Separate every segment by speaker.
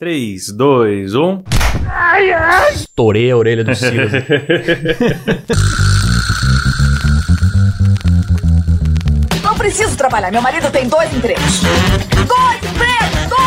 Speaker 1: 3, 2, 1.
Speaker 2: Estourei a orelha do Silas.
Speaker 3: Não preciso trabalhar, meu marido tem dois empregos. Dois empregos, dois!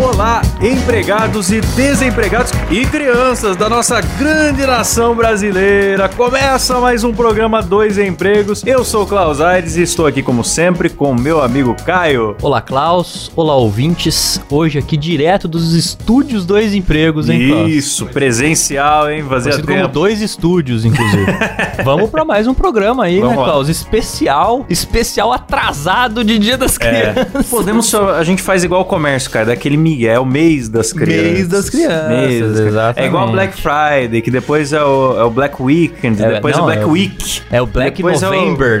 Speaker 1: Olá, empregados e desempregados e crianças da nossa grande nação brasileira. Começa mais um programa Dois Empregos. Eu sou o Klaus Aires e estou aqui, como sempre, com meu amigo Caio.
Speaker 2: olá, Klaus. Olá, ouvintes. Hoje aqui direto dos estúdios Dois Empregos, hein, Klaus?
Speaker 1: Isso, presencial, hein? Fazia
Speaker 2: Conhecido como
Speaker 1: tempo.
Speaker 2: dois estúdios, inclusive. Vamos pra mais um programa aí,
Speaker 1: Vamos
Speaker 2: né,
Speaker 1: lá.
Speaker 2: Klaus? Especial, especial atrasado de Dia
Speaker 1: É.
Speaker 2: das Crianças.
Speaker 1: Podemos, só- a gente faz igual o comércio, cara, daquele Miguel, é o mês das crianças.
Speaker 2: Mês das crianças,
Speaker 1: Mês das crianças. É igual
Speaker 2: exatamente.
Speaker 1: o Black Friday, que depois é o, é o Black Weekend,
Speaker 2: É,
Speaker 1: depois é
Speaker 2: não,
Speaker 1: o Black
Speaker 2: é o-
Speaker 1: Week.
Speaker 2: É o Black
Speaker 1: Depois
Speaker 2: November,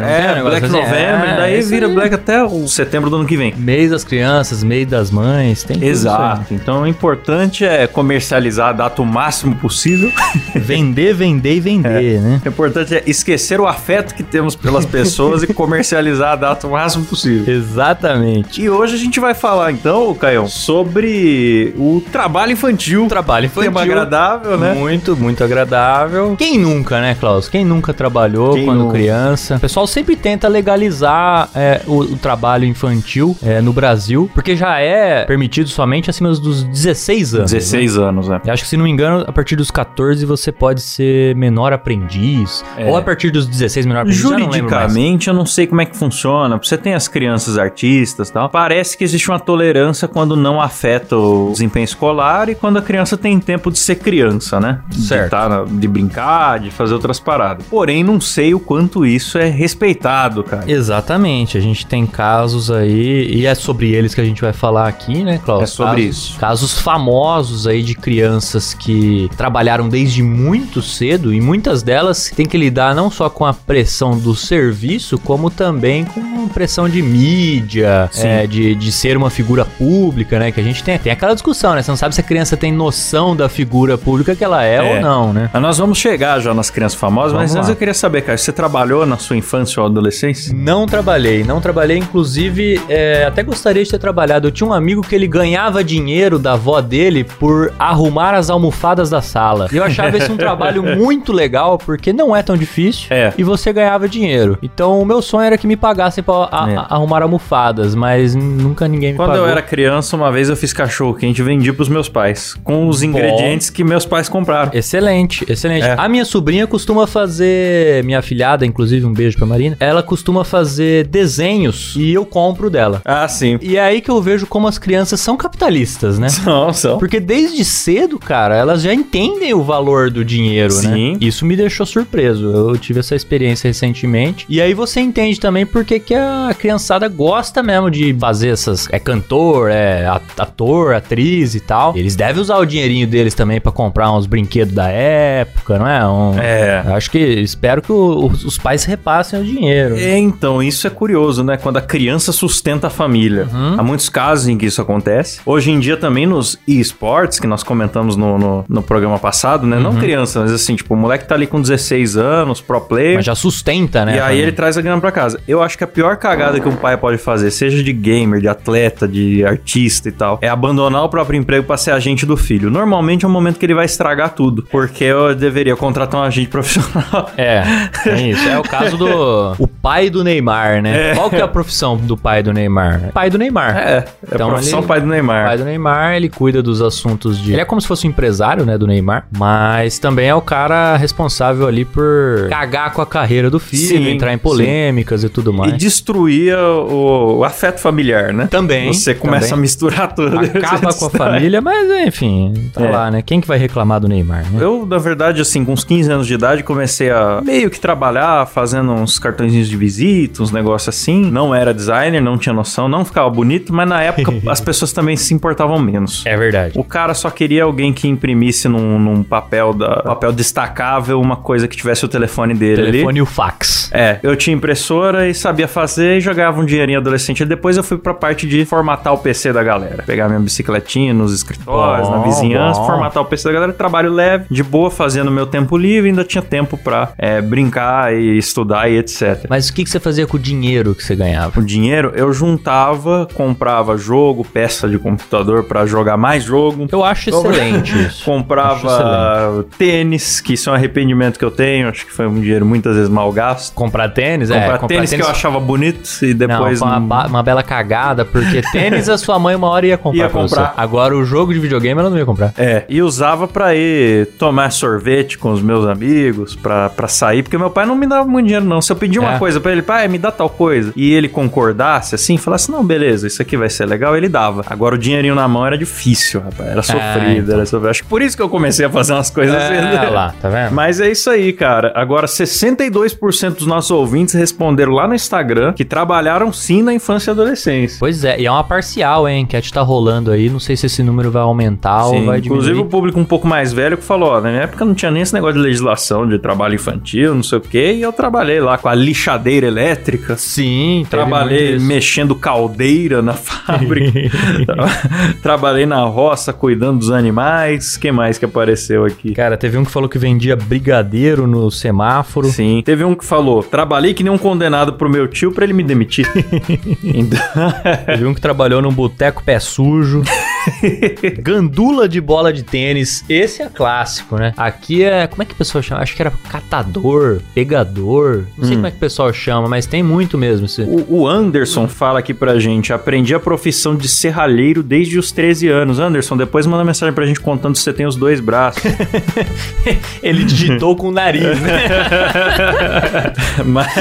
Speaker 1: é,
Speaker 2: não
Speaker 1: o,
Speaker 2: tem um
Speaker 1: é
Speaker 2: negócio
Speaker 1: Black
Speaker 2: assim?
Speaker 1: November,
Speaker 2: É,
Speaker 1: daí
Speaker 2: isso
Speaker 1: vira
Speaker 2: aí.
Speaker 1: Black até o setembro do ano que vem.
Speaker 2: Mês das crianças, mês das mães, tem tudo isso aí.
Speaker 1: Exato. Então o importante é comercializar a data o máximo possível.
Speaker 2: Vender, vender e vender, né?
Speaker 1: O importante é esquecer o afeto que temos pelas pessoas e comercializar a data o máximo possível.
Speaker 2: Exatamente.
Speaker 1: E hoje a gente vai falar, então, Caião, sobre o trabalho infantil.
Speaker 2: um Trabalho infantil.
Speaker 1: Tema agradável, né?
Speaker 2: Muito, muito agradável. Quem nunca, né, Klaus? Quem nunca trabalhou
Speaker 1: Quem
Speaker 2: quando
Speaker 1: nunca?
Speaker 2: criança? O pessoal sempre tenta legalizar é, o, o trabalho infantil é, no Brasil, porque já é permitido somente acima dos 16 anos.
Speaker 1: 16 anos, né?
Speaker 2: Eu acho que, se não me engano, a partir dos 14 você pode ser menor aprendiz.
Speaker 1: É.
Speaker 2: Ou a partir dos 16, menor aprendiz. já não lembro mais.
Speaker 1: Juridicamente, eu não sei como é que funciona. Você tem as crianças artistas e tal. Parece que existe uma tolerância quando não afeta o desempenho escolar e quando a criança tem tempo de ser criança, né? De,
Speaker 2: Certo.
Speaker 1: tá na- de brincar, de fazer outras paradas. Porém, não sei o quanto isso é respeitado, cara.
Speaker 2: Exatamente, a gente tem casos aí, e é sobre eles que a gente vai falar aqui, né, Cláudio?
Speaker 1: É sobre
Speaker 2: Casos-
Speaker 1: isso.
Speaker 2: Casos famosos aí de crianças que trabalharam desde muito cedo, e muitas delas têm que lidar não só com a pressão do serviço, como também com pressão de mídia,
Speaker 1: Sim.
Speaker 2: é, de, de ser uma figura pública, né, que a gente tem, tem aquela discussão, né, você não sabe se a criança tem noção da figura pública que ela é,
Speaker 1: É.
Speaker 2: ou não, né?
Speaker 1: Ah, Nós vamos chegar já nas crianças famosas,
Speaker 2: Vamos
Speaker 1: mas antes
Speaker 2: lá.
Speaker 1: eu queria saber, cara, você trabalhou na sua infância ou adolescência?
Speaker 2: Não trabalhei, não trabalhei. Inclusive, é, até gostaria de ter trabalhado. Eu tinha um amigo que ele ganhava dinheiro da avó dele por arrumar as almofadas da sala. E eu achava esse um trabalho muito legal, porque não é tão difícil.
Speaker 1: É.
Speaker 2: E você ganhava dinheiro. Então, o meu sonho era que me pagassem pra a-
Speaker 1: É.
Speaker 2: a- arrumar almofadas, mas nunca ninguém me
Speaker 1: Quando
Speaker 2: pagou.
Speaker 1: eu era criança, uma vez eu fiz cachorro quente e vendi pros meus pais, com os ingredientes que meus pais
Speaker 2: É.
Speaker 1: compraram.
Speaker 2: Excelente, excelente.
Speaker 1: É.
Speaker 2: A minha sobrinha costuma fazer, minha afilhada, inclusive, um beijo pra Marina. Ela costuma fazer desenhos e eu compro dela.
Speaker 1: Ah, sim.
Speaker 2: E é aí que eu vejo como as crianças são capitalistas, né?
Speaker 1: São, são.
Speaker 2: Porque desde cedo, cara, elas já entendem o valor do dinheiro,
Speaker 1: Sim.
Speaker 2: né? Isso me deixou surpreso. Eu tive essa experiência recentemente. E aí você entende também porque que a criançada gosta mesmo de fazer essas. É cantor, é a- ator, atriz e tal. Eles devem usar o dinheirinho deles também pra comprar uns brinquedos da época, não é? Um-
Speaker 1: É.
Speaker 2: Eu Acho que. Espero que o- os, os pais repassem o dinheiro.
Speaker 1: É, Então, isso é curioso, né? Quando a criança sustenta a família.
Speaker 2: Uhum.
Speaker 1: Há muitos casos em que isso acontece. Hoje em dia, também nos esportes, que nós comentamos no, no, no programa passado, né?
Speaker 2: Uhum.
Speaker 1: Não criança, mas assim, tipo, o moleque tá ali com 16 anos, pro player.
Speaker 2: Mas já sustenta, né?
Speaker 1: E
Speaker 2: a
Speaker 1: aí
Speaker 2: família.
Speaker 1: ele traz a grana pra casa. Eu acho que a pior cagada que um pai pode fazer, seja de gamer, de atleta, de artista e tal, é abandonar o próprio emprego pra ser agente do filho. Normalmente é um momento que ele vai estragar tudo, porque eu deveria contratar um agente profissional.
Speaker 2: É, é isso. É o caso do o pai do Neymar, né? Qual que é a profissão do pai do Neymar? Pai do Neymar.
Speaker 1: É, é
Speaker 2: Então,
Speaker 1: profissão
Speaker 2: ele-
Speaker 1: pai do Neymar.
Speaker 2: Pai do Neymar, ele cuida dos assuntos de. Ele é como se fosse um empresário, né, do Neymar, mas também é o cara responsável ali por cagar com a carreira do filho,
Speaker 1: Sim,
Speaker 2: entrar em
Speaker 1: sim.
Speaker 2: polêmicas e tudo mais.
Speaker 1: E destruir o, o afeto familiar, né?
Speaker 2: Também,
Speaker 1: Você começa
Speaker 2: também.
Speaker 1: a misturar tudo.
Speaker 2: Acaba com a família, mas enfim, tá
Speaker 1: É.
Speaker 2: lá, né? Quem que vai reclamar do Neymar, né?
Speaker 1: Eu, na verdade, assim, com uns 15 anos de idade, comecei a meio que trabalhar, fazendo uns cartõezinhos de visita, uns negócios assim. Não era designer, não tinha noção, não ficava bonito, mas na época as pessoas também se importavam menos.
Speaker 2: É verdade.
Speaker 1: O cara só queria alguém que imprimisse num, num papel da papel destacável uma coisa que tivesse o telefone
Speaker 2: O
Speaker 1: dele ali.
Speaker 2: telefone e o fax.
Speaker 1: É, eu tinha impressora e sabia fazer e jogava um dinheirinho adolescente. E depois eu fui pra parte de formatar o PC da galera. Pegar minha bicicletinha nos escritórios,
Speaker 2: Bom,
Speaker 1: na vizinhança,
Speaker 2: bom.
Speaker 1: formatar o PC da galera, trabalho leve, de boa, fazendo meu tempo livre, ainda tinha tempo pra é, brincar e estudar e etc.
Speaker 2: Mas o que, que você fazia com o dinheiro que você ganhava?
Speaker 1: O dinheiro eu juntava, comprava jogo, peça de computador pra jogar mais jogo.
Speaker 2: Eu acho
Speaker 1: Então,
Speaker 2: excelente isso.
Speaker 1: Comprava tênis, que isso é um arrependimento que eu tenho. Acho que foi um dinheiro muitas vezes mal gasto.
Speaker 2: Comprar tênis? é,
Speaker 1: comprar, tênis, que eu achava bonito e depois.
Speaker 2: não, foi uma, ba- uma bela cagada, porque tênis a sua mãe uma hora ia comprar
Speaker 1: Ia
Speaker 2: pra você.
Speaker 1: comprar.
Speaker 2: Agora o jogo de videogame ela não ia comprar.
Speaker 1: É, e usava pra ir tomar sorvete com os meus amigos, pra, pra sair, porque meu pai não me dava muito dinheiro, não. Se eu pedir uma
Speaker 2: É.
Speaker 1: coisa pra ele, pai, me dá tal coisa, e ele concordasse assim, falasse, não, beleza, isso aqui vai ser legal, ele dava. Agora o dinheirinho na mão era difícil, rapaz, era sofrido,
Speaker 2: então.
Speaker 1: era sofrido. Acho que por isso que eu comecei a fazer umas coisas assim, né?
Speaker 2: É, lá, tá vendo?
Speaker 1: Mas é isso aí, cara. Agora, 62% dos nossos ouvintes responderam lá no Instagram que trabalharam sim na infância e adolescência.
Speaker 2: Pois é, e é uma parcial, hein? A enquete tá rolando aí. Não sei se esse número vai aumentar ou
Speaker 1: Sim,
Speaker 2: vai diminuir.
Speaker 1: inclusive o público um pouco mais velho que falou, ó, na minha época não tinha nem esse negócio de legislação de trabalho infantil, não sei o quê, e eu trabalhei lá com a lixadeira elétrica,
Speaker 2: Sim, teve
Speaker 1: trabalhei
Speaker 2: muito isso.
Speaker 1: mexendo caldeira na fábrica, Tra- trabalhei na roça cuidando dos animais, quem mais que apareceu aqui?
Speaker 2: Cara, teve um que falou que vendia brigadeiro no semáforo.
Speaker 1: Sim. Teve um que falou: trabalhei que nem um condenado pro meu tio pra ele me demitir. então,
Speaker 2: Teve um que trabalhou num boteco pé sujo. Gandula de bola de tênis. Esse é clássico, né? Aqui é. Como é que o pessoal chama? Acho que era catador, pegador. Não sei como é que o pessoal chama, mas tem muito mesmo esse.
Speaker 1: O, o Anderson fala aqui pra gente: aprendi a profissão de serralheiro desde os 13 anos. Anderson, depois manda mensagem pra gente contando se você tem os dois braços.
Speaker 2: Ele digitou com o nariz, né?
Speaker 1: Mas.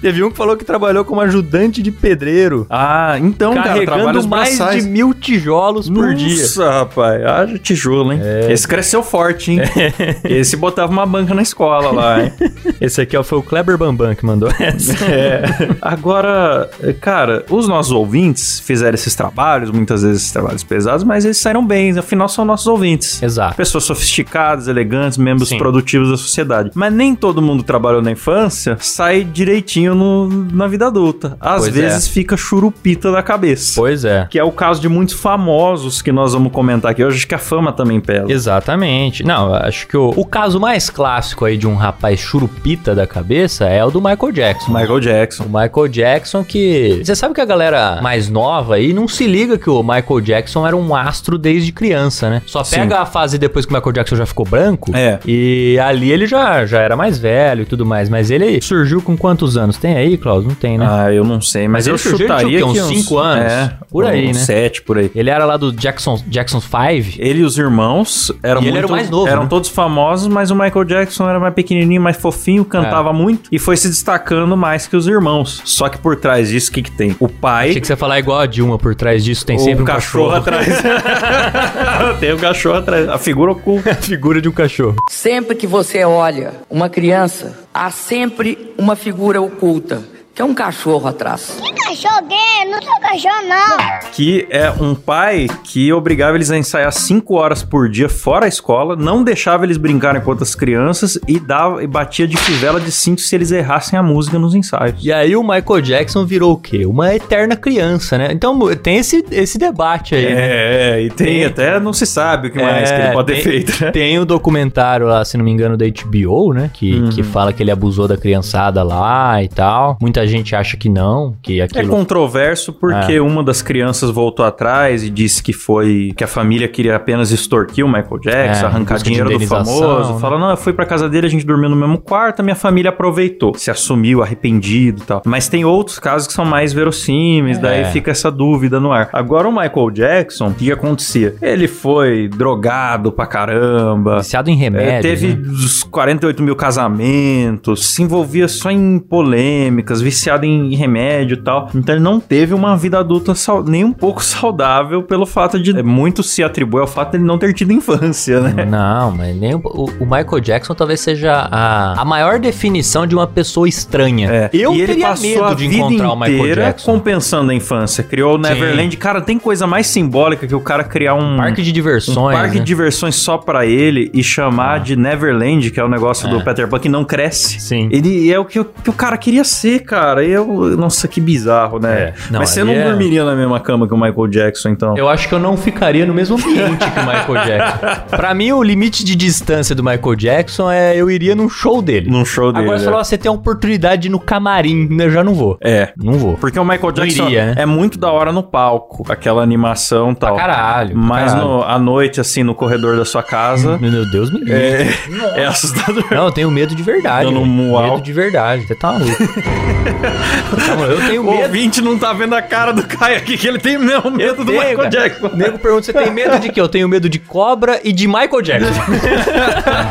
Speaker 2: Teve um que falou que trabalhou como ajudante de pedreiro.
Speaker 1: Ah, então, cara, trabalha
Speaker 2: carregando
Speaker 1: os
Speaker 2: mais
Speaker 1: braçais.
Speaker 2: de mil tijolos por dia.
Speaker 1: Nossa, rapaz, haja tijolo, hein? Esse cresceu forte, hein? É. Esse botava uma banca na escola lá, hein?
Speaker 2: Esse aqui ó, foi o Kleber Bambam que mandou essa.
Speaker 1: É. Agora, cara, os nossos ouvintes fizeram esses trabalhos, muitas vezes esses trabalhos pesados, mas eles saíram bem, afinal são nossos ouvintes.
Speaker 2: Exato.
Speaker 1: Pessoas sofisticadas, elegantes, membros
Speaker 2: Sim.
Speaker 1: produtivos da sociedade. Mas nem todo mundo que trabalhou na infância, sai direitinho no- na vida adulta. Às
Speaker 2: Pois é.
Speaker 1: vezes fica churupita da cabeça.
Speaker 2: Pois é.
Speaker 1: Que é o caso de muitos famosos que nós vamos comentar aqui hoje, acho que a fama também pesa.
Speaker 2: Exatamente. Não, acho que o, o caso mais clássico aí de um rapaz churupita da cabeça é o do Michael Jackson.
Speaker 1: Michael Jackson.
Speaker 2: O Michael Jackson que... Você sabe que a galera mais nova aí não se liga que o Michael Jackson era um astro desde criança, né? Só
Speaker 1: Sim.
Speaker 2: pega a fase depois que o Michael Jackson já ficou branco.
Speaker 1: É.
Speaker 2: E ali ele já, já era mais velho e tudo mais. Mas ele surgiu com quantos anos? Tem aí, Klaus? Não tem, né?
Speaker 1: Ah, eu não sei, mas,
Speaker 2: Mas
Speaker 1: eu
Speaker 2: ele surgiu, ele
Speaker 1: chutaria
Speaker 2: tinha o
Speaker 1: que
Speaker 2: quê? Uns cinco anos?
Speaker 1: É,
Speaker 2: Por aí,
Speaker 1: uns
Speaker 2: né?
Speaker 1: Sete, por aí.
Speaker 2: Ele era lá do Jackson, Jackson 5.
Speaker 1: Ele e os irmãos eram
Speaker 2: E ele
Speaker 1: muito-
Speaker 2: era o mais novo,
Speaker 1: eram
Speaker 2: né?
Speaker 1: todos famosos, mas o Michael Jackson era mais pequenininho, mais fofinho, cantava
Speaker 2: É.
Speaker 1: muito e foi se destacando mais que os irmãos. Só que por trás disso, o que que tem? O pai,
Speaker 2: Achei que você ia falar igual a Dilma por trás disso, tem
Speaker 1: o
Speaker 2: sempre um
Speaker 1: cachorro,
Speaker 2: cachorro.
Speaker 1: atrás. tem o cachorro atrás, é a figura oculta.
Speaker 2: Figura de um cachorro.
Speaker 4: Sempre que você olha uma criança, há sempre uma figura oculta, que é um cachorro atrás.
Speaker 5: Que cachorro gay? Tá Não sou cachorro, não.
Speaker 1: Que é um pai que obrigava eles a ensaiar cinco horas por dia fora a escola, não deixava eles brincarem com outras crianças e, dava, e batia de fivela de cinto se eles errassem a música nos ensaios.
Speaker 2: E aí o Michael Jackson virou o quê? Uma eterna criança, né? Então mu- tem esse, esse debate aí, né?
Speaker 1: É, e tem
Speaker 2: Tem. É,
Speaker 1: até, não se sabe o que mais que ele pode ter
Speaker 2: tem-
Speaker 1: feito. né?
Speaker 2: Tem o documentário lá, se não me engano, da HBO, né? Que,
Speaker 1: Uhum.
Speaker 2: que fala que ele abusou da criançada lá e tal. Muita gente acha que não, que
Speaker 1: É
Speaker 2: aquilo. É.
Speaker 1: controverso porque uma das crianças voltou atrás e disse que foi que a família queria apenas extorquir o Michael Jackson,
Speaker 2: É,
Speaker 1: arrancar
Speaker 2: busca de
Speaker 1: dinheiro do
Speaker 2: indenização,
Speaker 1: famoso.
Speaker 2: né?
Speaker 1: Fala, não, eu fui pra casa dele, a gente dormiu no mesmo quarto, a minha família aproveitou, se assumiu arrependido e tal. Mas tem outros casos que são mais verossímeis,
Speaker 2: É.
Speaker 1: daí fica essa dúvida no ar. Agora o Michael Jackson, o que acontecia? Ele foi drogado pra caramba.
Speaker 2: Viciado em remédio.
Speaker 1: É, teve
Speaker 2: né?
Speaker 1: uns 48 mil casamentos, se envolvia só em polêmicas, viciado em remédio e tal. Então ele não teve uma vida adulta sau- nem um pouco saudável pelo fato de. é, Muito se atribui ao fato de ele não ter tido infância,
Speaker 2: Uhum.
Speaker 1: né?
Speaker 2: Não, mas nem o, o Michael Jackson talvez seja a, a maior definição de uma pessoa estranha.
Speaker 1: É.
Speaker 2: Eu
Speaker 1: e ele
Speaker 2: teria
Speaker 1: passou
Speaker 2: medo
Speaker 1: a
Speaker 2: de
Speaker 1: vida
Speaker 2: encontrar o Michael
Speaker 1: inteira
Speaker 2: Jackson.
Speaker 1: compensando a infância. Criou o
Speaker 2: Sim.
Speaker 1: Neverland. Cara, tem coisa mais simbólica que o cara criar um
Speaker 2: Parque de diversões.
Speaker 1: um parque
Speaker 2: né? Ah.
Speaker 1: de diversões só pra ele e chamar de Neverland, que é o negócio do Peter Pan que não cresce.
Speaker 2: Sim.
Speaker 1: Ele é o que, o que o cara queria ser, cara. Eu, nossa, que bizarro, né?
Speaker 2: É. Não,
Speaker 1: Mas você
Speaker 2: aí
Speaker 1: não
Speaker 2: é-
Speaker 1: dormiria na mesma cama que o Michael Jackson, então?
Speaker 2: Eu acho que eu não ficaria no mesmo ambiente que o Michael Jackson. Pra mim, o limite de distância do Michael Jackson é eu iria num show dele.
Speaker 1: Num show dele.
Speaker 2: Agora
Speaker 1: é.
Speaker 2: você falou, ó, você tem a oportunidade de ir no camarim. né? Eu já não vou.
Speaker 1: É.
Speaker 2: Não vou.
Speaker 1: Porque o Michael Jackson
Speaker 2: iria, né?
Speaker 1: é muito da hora no palco, aquela animação e tal.
Speaker 2: caralho, pra
Speaker 1: Mas
Speaker 2: caralho.
Speaker 1: no- à noite, assim, no corredor da sua casa,
Speaker 2: Meu Deus, me livre.
Speaker 1: é, é assustador.
Speaker 2: Não, eu tenho medo de verdade.
Speaker 1: Dando
Speaker 2: velho.
Speaker 1: um uau.
Speaker 2: medo de verdade. Você tá maluco. Tá, mano, eu tenho
Speaker 1: O
Speaker 2: medo.
Speaker 1: ouvinte não tá vendo a cara do Caio aqui, que ele tem mesmo medo do
Speaker 2: Tenho,
Speaker 1: Michael
Speaker 2: cara.
Speaker 1: Jackson.
Speaker 2: O nego pergunta: você tem medo de quê? Eu tenho medo de cobra e de Michael Jackson.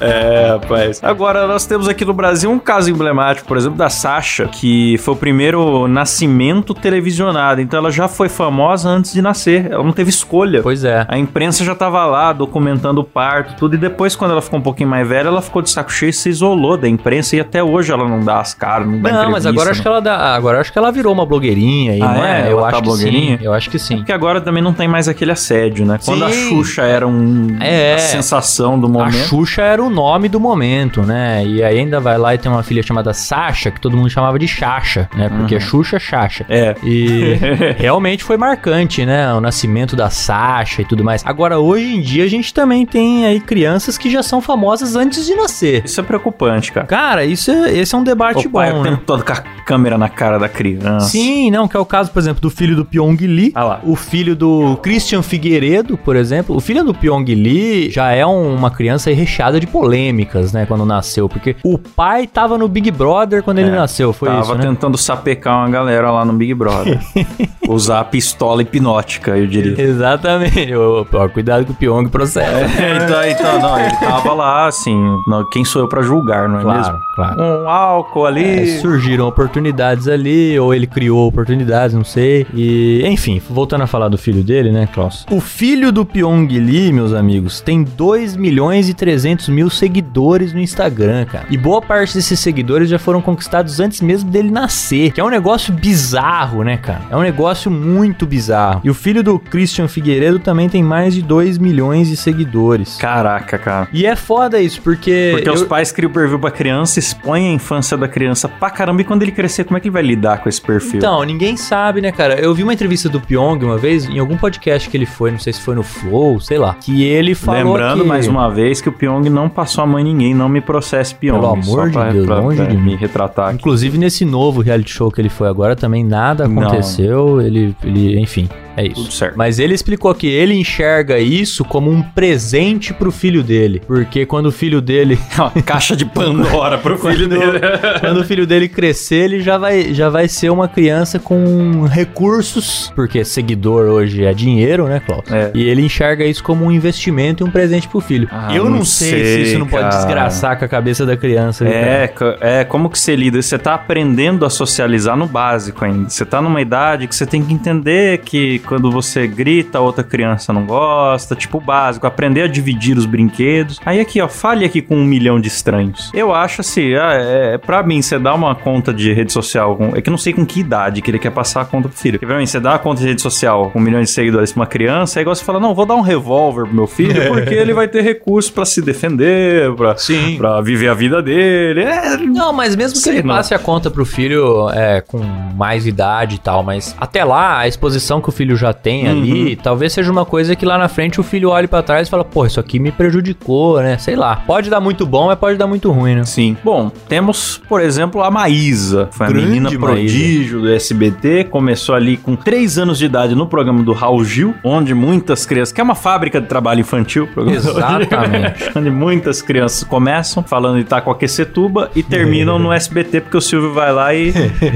Speaker 1: É, rapaz. Agora, nós temos aqui no Brasil um caso emblemático, por exemplo, da Sasha, que foi o primeiro nascimento televisionado. Então, ela já foi famosa antes de nascer. Ela não teve escolha.
Speaker 2: pois é.
Speaker 1: A imprensa já tava lá documentando o parto, tudo. E depois, quando ela ficou um pouquinho mais velha, ela ficou de saco cheio e se isolou da imprensa. E até hoje ela não dá as caras, não dá né?
Speaker 2: Não, mas agora acho que ela dá, agora acho que ela virou uma blogueirinha aí,
Speaker 1: tá Ah,
Speaker 2: não é?
Speaker 1: é?
Speaker 2: Eu
Speaker 1: Ela tá
Speaker 2: acho que
Speaker 1: blogueirinha?
Speaker 2: sim. Eu acho que sim.
Speaker 1: Porque agora também não tem mais aquele assédio, né? Quando a
Speaker 2: Sim.
Speaker 1: Xuxa era um...
Speaker 2: É.
Speaker 1: a sensação do
Speaker 2: A
Speaker 1: momento.
Speaker 2: Xuxa era o nome do momento, né? E aí ainda vai lá e tem uma filha chamada Sasha, que todo mundo chamava de Xaxa, né? Porque Xuxa é Xaxa.
Speaker 1: Uhum. É.
Speaker 2: E realmente foi marcante, né? O nascimento da Sasha e tudo mais. Agora, hoje em dia, a gente também tem aí crianças que já são famosas antes de nascer.
Speaker 1: Isso é preocupante, cara.
Speaker 2: Cara, isso é, esse é um debate
Speaker 1: o pai
Speaker 2: bom,
Speaker 1: o
Speaker 2: né?
Speaker 1: tempo todo com a câmera na cara da criança.
Speaker 2: Sim, não, que é o caso, por exemplo, do filho do Pyong Lee.
Speaker 1: Ah lá.
Speaker 2: O filho do Christian Figueiredo, por exemplo. O filho do Pyong Lee já é um- uma criança aí recheada de polêmicas, né? Quando nasceu. Porque o pai tava no Big Brother quando ele nasceu, foi
Speaker 1: É, Tava
Speaker 2: isso, né?
Speaker 1: tentando sapecar uma galera lá no Big Brother. Usar a pistola hipnótica, eu diria.
Speaker 2: Exatamente. Ô, ó, cuidado que o Pyong processa.
Speaker 1: então, então, não, ele tava lá, assim, não, quem sou eu pra julgar, não é
Speaker 2: Claro,
Speaker 1: mesmo?
Speaker 2: claro.
Speaker 1: Um álcool
Speaker 2: É,
Speaker 1: ali.
Speaker 2: surgiram oportunidades ali, ou ele criou oportunidades, não sei. E, enfim, voltando a falar do filho dele, né, Klaus? O filho do Pyong Lee, meus amigos, tem 2 milhões e 300 mil seguidores no Instagram, cara. E boa parte desses seguidores já foram conquistados antes mesmo dele nascer, que é um negócio bizarro, né, cara? É um negócio muito bizarro. E o filho do Christian Figueiredo também tem mais de 2 milhões de seguidores.
Speaker 1: Caraca, cara.
Speaker 2: E é foda isso, porque.
Speaker 1: Porque
Speaker 2: eu-
Speaker 1: os pais criam o perfil pra criança, expõem a infância da criança pra caramba. E quando ele crescer, como é que ele vai lidar com esse perfil?
Speaker 2: Então, ninguém sabe, né, cara? Eu vi uma entrevista do Pyong uma vez, em algum podcast que ele foi, não sei se foi no Flow, sei lá, que ele falou
Speaker 1: Lembrando
Speaker 2: que...
Speaker 1: mais uma vez que o Pyong não passou a mãe ninguém, não me processe Pyong.
Speaker 2: Pelo amor
Speaker 1: só
Speaker 2: de
Speaker 1: pra-
Speaker 2: Deus,
Speaker 1: pra-
Speaker 2: longe
Speaker 1: pra
Speaker 2: de
Speaker 1: me
Speaker 2: mim.
Speaker 1: retratar aqui.
Speaker 2: Inclusive nesse novo reality show que ele foi agora também nada
Speaker 1: Não.
Speaker 2: aconteceu, ele, ele, enfim, é isso.
Speaker 1: Tudo certo.
Speaker 2: Mas ele explicou que ele enxerga isso como um presente pro filho dele, porque quando o filho dele
Speaker 1: É Uma caixa de Pandora pro filho dele.
Speaker 2: Quando o filho dele crescer, ele já vai, já vai ser uma criança com recursos, porque seguidor hoje é dinheiro, né, Klaus?
Speaker 1: É.
Speaker 2: E ele enxerga isso como um investimento e um presente pro filho.
Speaker 1: Ah,
Speaker 2: Eu não,
Speaker 1: não
Speaker 2: sei,
Speaker 1: sei,
Speaker 2: se isso não pode
Speaker 1: cara.
Speaker 2: desgraçar com a cabeça da criança. né? viu, cara?
Speaker 1: É, co- é, como que você lida? Você tá aprendendo a socializar no básico ainda. Você tá numa idade que você tem que entender que quando você grita, a outra criança não gosta, tipo o básico, aprender a dividir os brinquedos. Aí aqui, ó, fale aqui com um milhão de estranhos. Eu acho assim, ah, é, pra mim, você dá uma conta de rede social, com- é que eu não sei com que idade que ele quer passar a conta pro filho. Porque pra mim, você dá uma conta de rede social com um milhão de seguidores pra uma criança, é igual você fala, não, vou dar um revólver pro meu filho, porque ele vai ter recurso pra se defender, pra...
Speaker 2: Sim.
Speaker 1: Pra viver a vida dele. É,
Speaker 2: Não, mas mesmo que
Speaker 1: Sei
Speaker 2: ele
Speaker 1: não.
Speaker 2: passe a conta pro filho é, com mais idade e tal, mas até lá, a exposição que o filho já tem
Speaker 1: Uhum.
Speaker 2: ali, talvez seja uma coisa que lá na frente o filho olhe pra trás e fala, pô, isso aqui me prejudicou, né? Sei lá. Pode dar muito bom, mas pode dar muito ruim, né?
Speaker 1: Sim. assim. Bom, temos, por exemplo, a Maísa. Foi a
Speaker 2: Grande
Speaker 1: menina
Speaker 2: Maísa.
Speaker 1: prodígio do SBT. Começou ali com 3 anos de idade no programa do Raul Gil, onde muitas crianças. Que é uma fábrica de trabalho infantil, o programa do Raul Gil.
Speaker 2: Exatamente.
Speaker 1: onde muitas crianças começam falando de Itacoaquecetuba e terminam no SBT, porque o Silvio vai lá e,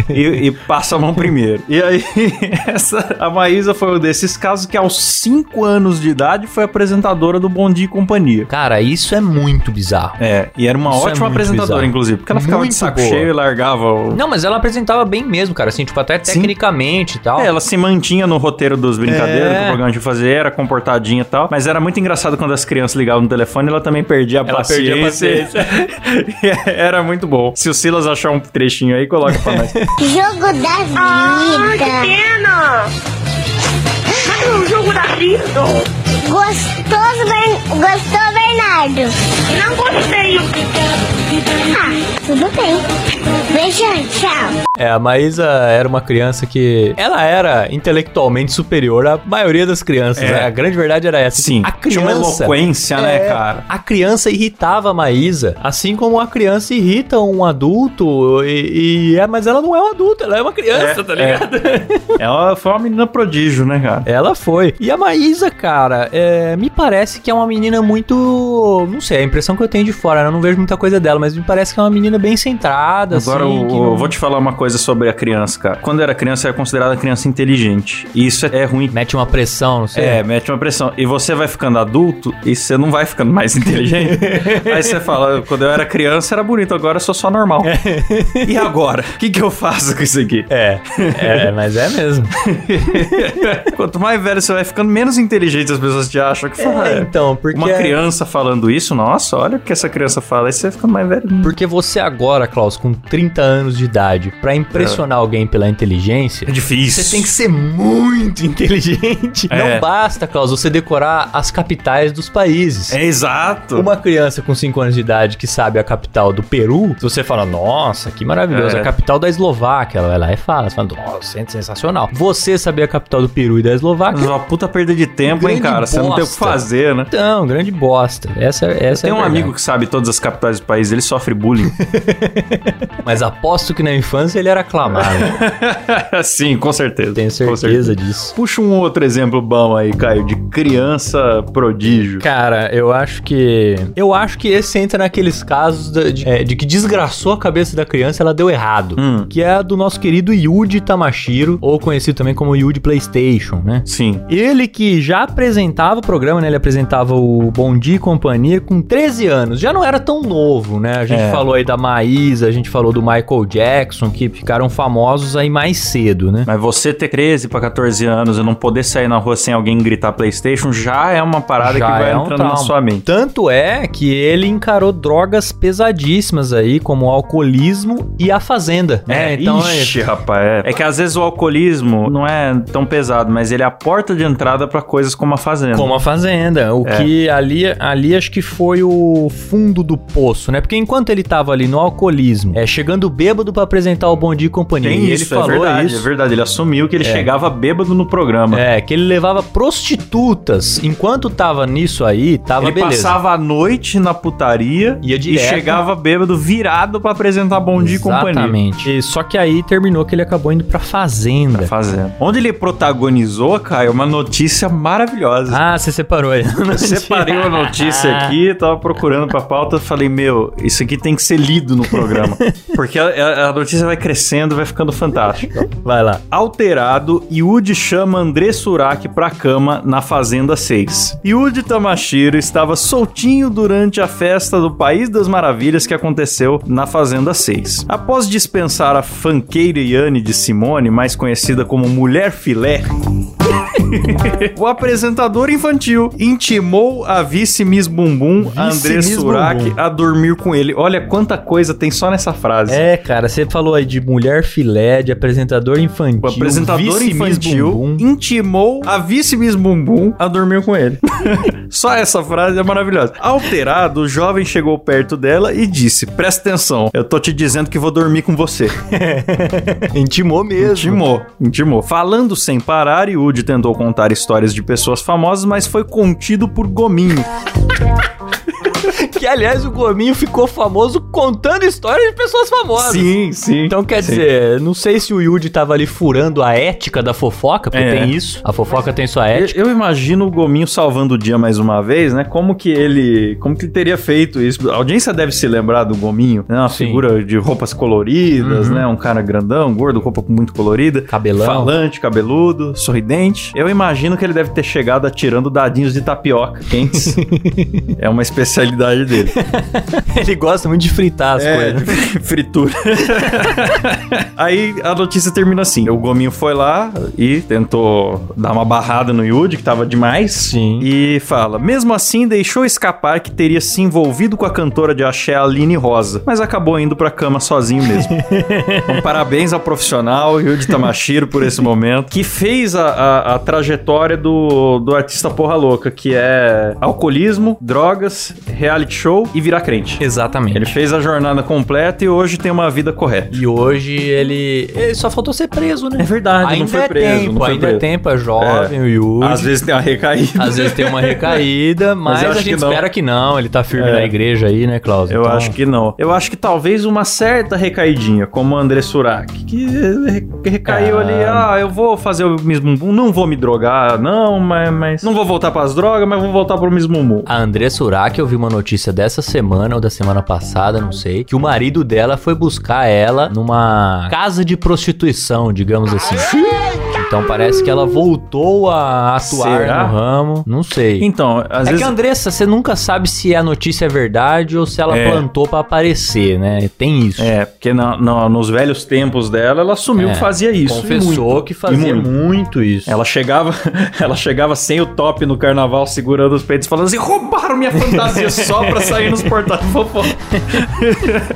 Speaker 1: e- e passa a mão primeiro. E aí, essa, a Maísa foi um desses casos que, aos 5 anos de idade, foi apresentadora do Bom Dia e Companhia.
Speaker 2: Cara, isso é muito bizarro.
Speaker 1: É, e era uma
Speaker 2: Isso é
Speaker 1: ótima
Speaker 2: muito
Speaker 1: apresentadora,
Speaker 2: bizarro.
Speaker 1: inclusive, porque ela ficava
Speaker 2: Muito
Speaker 1: de saco
Speaker 2: boa.
Speaker 1: cheio e largava o...
Speaker 2: Não, mas ela apresentava bem mesmo, cara, assim, tipo, até
Speaker 1: Sim.
Speaker 2: tecnicamente e tal.
Speaker 1: É, ela se mantinha no roteiro dos brincadeiras
Speaker 2: É.
Speaker 1: que o programa de fazer, era comportadinha e tal. Mas era muito engraçado quando as crianças ligavam no telefone, ela também perdia a
Speaker 2: Ela perdia a
Speaker 1: paciência. era muito bom. Se o Silas achar um trechinho aí, coloca pra nós.
Speaker 5: Jogo da vida.
Speaker 6: pena! Sai no jogo da vida!
Speaker 5: Gostoso, Bern... Gostou, Bernardo?
Speaker 6: Não gostei!
Speaker 5: Ah, tudo bem. Beijão, tchau.
Speaker 2: É, a Maísa era uma criança que. Ela era intelectualmente superior à maioria das crianças.
Speaker 1: É.
Speaker 2: né? A grande verdade era essa.
Speaker 1: Sim.
Speaker 2: A
Speaker 1: Tinha uma
Speaker 2: criança. É.
Speaker 1: eloquência, né, cara?
Speaker 2: A criança irritava a Maísa, assim como a criança irrita um adulto, e, e é, mas ela não é um adulto, ela é uma criança, tá ligado?
Speaker 1: Ela foi uma menina prodígio, né, cara?
Speaker 2: Ela foi. E a Maísa, cara, é, me parece que é uma menina muito. Não sei, a impressão que eu tenho de fora, né? eu não vejo muita coisa dela, mas me parece que é uma menina bem centrada,
Speaker 1: Agora
Speaker 2: assim.
Speaker 1: eu,
Speaker 2: que
Speaker 1: eu
Speaker 2: não-
Speaker 1: vou te falar uma coisa sobre a criança, cara. Quando era criança, era considerada criança inteligente. E isso é, é ruim.
Speaker 2: Mete uma pressão, não sei.
Speaker 1: É, mete uma pressão. E você vai ficando adulto e você não vai ficando mais inteligente. Aí você fala, quando eu era criança era bonito, agora eu sou só normal. E agora? O que, que eu faço com isso aqui?
Speaker 2: É, é, mas é mesmo.
Speaker 1: Quanto mais velho você vai ficando, menos inteligente as pessoas te acham. Que fala,
Speaker 2: É,
Speaker 1: "Ah,
Speaker 2: então, porque-
Speaker 1: Uma criança falando isso, nossa, olha o que essa criança fala. Aí você fica mais velho.
Speaker 2: Porque você agora, Klaus, com 30 anos de idade, pra impressionar alguém pela inteligência,
Speaker 1: É difícil.
Speaker 2: Você tem que ser muito inteligente.
Speaker 1: É.
Speaker 2: Não basta, Klaus, você decorar as capitais dos países.
Speaker 1: É exato.
Speaker 2: Uma criança com 5 anos de idade que sabe a capital do Peru, se você fala, nossa, que maravilhoso,
Speaker 1: É.
Speaker 2: a capital da Eslováquia, ela vai lá e fala, você fala, nossa, é sensacional. Você saber a capital do Peru e da Eslováquia,
Speaker 1: Uma puta perda de tempo, hein,
Speaker 2: Grande
Speaker 1: cara? Você não tem o que
Speaker 2: bosta.
Speaker 1: fazer, né?
Speaker 2: então, grande bosta. Essa, essa
Speaker 1: Tem
Speaker 2: é a
Speaker 1: um
Speaker 2: verdade.
Speaker 1: amigo que sabe todas as capitais do país, ele sofre bullying.
Speaker 2: Mas aposto que na infância ele era aclamado.
Speaker 1: Sim, com certeza.
Speaker 2: Tenho
Speaker 1: Com
Speaker 2: certeza disso.
Speaker 1: Puxa um outro exemplo bom aí, Caio, de criança prodígio.
Speaker 2: Cara, eu acho que. Eu acho que esse entra naqueles casos da- de, é, de que desgraçou a cabeça da criança ela deu errado.
Speaker 1: Hum.
Speaker 2: Que é a do nosso querido Yuji Tamashiro, ou conhecido também como Yuji PlayStation, né?
Speaker 1: Sim.
Speaker 2: Ele que já apresentava o programa, né? Ele apresentava o Bom Dia e Companhia com 13 anos. Já não era tão novo, né? A gente
Speaker 1: É.
Speaker 2: falou aí da Maísa, a gente falou do Michael Jackson, que ficaram famosos aí mais cedo, né?
Speaker 1: Mas você ter 13 pra 14 anos e não poder sair na rua sem alguém gritar PlayStation já é uma parada
Speaker 2: Já
Speaker 1: que vai
Speaker 2: é um
Speaker 1: entrando na
Speaker 2: trauma.
Speaker 1: sua mente.
Speaker 2: Tanto é que ele encarou drogas pesadíssimas aí, como o alcoolismo e a fazenda. né?
Speaker 1: É, ixi, rapaz, então é. É que às vezes o alcoolismo não é tão pesado, mas ele é a porta de entrada pra coisas como a fazenda.
Speaker 2: Como a fazenda, o
Speaker 1: É.
Speaker 2: que ali, ali acho que foi o fundo do poço, né? Porque enquanto ele tava ali no alcoolismo, é chegando bêbado pra apresentar o Bom Dia e Companhia,
Speaker 1: Tem
Speaker 2: e
Speaker 1: isso,
Speaker 2: ele
Speaker 1: é
Speaker 2: falou
Speaker 1: verdade,
Speaker 2: isso.
Speaker 1: é verdade. Ele assumiu que ele chegava bêbado no programa.
Speaker 2: É, que ele levava prostitutas. Enquanto tava nisso aí, tava
Speaker 1: Ele
Speaker 2: beleza.
Speaker 1: passava a noite na putaria
Speaker 2: Ia
Speaker 1: e
Speaker 2: direto.
Speaker 1: chegava bêbado virado pra apresentar Bom Dia e Companhia.
Speaker 2: Exatamente. E só que aí terminou que ele acabou indo pra fazenda.
Speaker 1: tá Fazendo. Onde ele protagonizou, Caio, uma notícia maravilhosa.
Speaker 2: Ah, você separou aí.
Speaker 1: Eu separei a notícia aqui, tava procurando pra pauta, falei, meu, isso aqui tem que ser lido no programa. Porque a- a, a notícia vai crescendo, vai ficando fantástica.
Speaker 2: Vai lá.
Speaker 1: Alterado, Yudi chama André Surak pra cama na Fazenda 6. Yudi Tamashiro estava soltinho durante a festa do País das Maravilhas que aconteceu na Fazenda 6. Após dispensar a fanqueira Yane de Simone, mais conhecida como Mulher Filé, o apresentador infantil intimou a vice Miss Bumbum, a
Speaker 2: Vice
Speaker 1: André
Speaker 2: Miss
Speaker 1: Surak,
Speaker 2: Bumbum.
Speaker 1: a dormir com ele. Olha quanta coisa tem só nessa frase.
Speaker 2: É, cara, você falou aí de mulher filé, de apresentador infantil.
Speaker 1: O apresentador
Speaker 2: um vice-miss
Speaker 1: infantil
Speaker 2: bumbum.
Speaker 1: intimou a vice-miss Bumbum a dormir com ele. Só essa frase é maravilhosa. Alterado, o jovem chegou perto dela e disse: Presta atenção, eu tô te dizendo que vou dormir com você.
Speaker 2: Intimou É mesmo.
Speaker 1: Intimou, intimou. Falando sem parar, Yudi tentou contar histórias de pessoas famosas, mas foi contido por Gominho.
Speaker 2: Que, aliás, o Gominho ficou famoso contando histórias de pessoas famosas.
Speaker 1: Sim, sim.
Speaker 2: Então, quer
Speaker 1: Sim.
Speaker 2: dizer, não sei se o Yudi tava ali furando a ética da fofoca, porque
Speaker 1: É.
Speaker 2: tem isso. A fofoca tem sua ética.
Speaker 1: Eu eu imagino o Gominho salvando o dia mais uma vez, né? Como que ele. Como que ele teria feito isso? A audiência deve se lembrar do Gominho, né? Uma
Speaker 2: Sim.
Speaker 1: figura de roupas coloridas, né? Um cara grandão, gordo, roupa muito colorida.
Speaker 2: Cabelão.
Speaker 1: Falante, cabeludo, sorridente. Eu imagino que ele deve ter chegado atirando dadinhos de tapioca quentes. é uma especialidade dele.
Speaker 2: Ele gosta muito de fritar as
Speaker 1: É,
Speaker 2: coisas.
Speaker 1: de fritura. Aí a notícia termina assim: o Gominho foi lá e tentou dar uma barrada no Yudi, que tava demais.
Speaker 2: Sim.
Speaker 1: E fala: mesmo assim, deixou escapar que teria se envolvido com a cantora de axé Aline Rosa, mas acabou indo pra cama sozinho mesmo. então, parabéns ao profissional Yudi Tamashiro por esse momento, que fez a, a- a trajetória do, do artista porra louca, que é alcoolismo, drogas, reality show e virar crente.
Speaker 2: Exatamente.
Speaker 1: Ele fez a jornada completa e hoje tem uma vida correta.
Speaker 2: E hoje ele... ele só faltou ser preso, né?
Speaker 1: É verdade, não
Speaker 2: ainda
Speaker 1: foi
Speaker 2: é
Speaker 1: preso,
Speaker 2: Tempo,
Speaker 1: não foi
Speaker 2: ainda é
Speaker 1: preso.
Speaker 2: tempo, é jovem, o Yuri.
Speaker 1: Às vezes tem uma recaída.
Speaker 2: Às vezes tem uma recaída, mas,
Speaker 1: eu
Speaker 2: a
Speaker 1: acho
Speaker 2: gente
Speaker 1: que não.
Speaker 2: espera que não. Ele tá firme
Speaker 1: É.
Speaker 2: na igreja aí, né, Klaus?
Speaker 1: Eu
Speaker 2: Então,
Speaker 1: acho que não. Eu acho que talvez uma certa recaidinha, como o André Surak, que re- que recaiu
Speaker 2: Ah.
Speaker 1: ali, ah, eu vou fazer o Miss Bumbum, não vou me drogar, não, mas, mas não vou voltar pras drogas, mas vou voltar pro Miss Bumbum.
Speaker 2: A Andressa Urach, eu vi uma notícia dessa semana ou da semana passada, não sei, que o marido dela foi buscar ela numa casa de prostituição, digamos assim. Então parece que ela voltou a atuar
Speaker 1: Será?
Speaker 2: no ramo, não sei.
Speaker 1: Então, às
Speaker 2: é
Speaker 1: vezes...
Speaker 2: que, Andressa, você nunca sabe se a notícia é verdade ou se ela
Speaker 1: É.
Speaker 2: plantou pra aparecer, né? Tem isso.
Speaker 1: É, porque na- na- nos velhos tempos dela, ela assumiu
Speaker 2: É,
Speaker 1: que fazia isso. e
Speaker 2: Confessou
Speaker 1: muito.
Speaker 2: que fazia
Speaker 1: E muito.
Speaker 2: muito. isso.
Speaker 1: Ela chegava, ela chegava sem o top no carnaval, segurando os peitos, falando assim: roubaram minha fantasia só pra sair nos portais do fofão.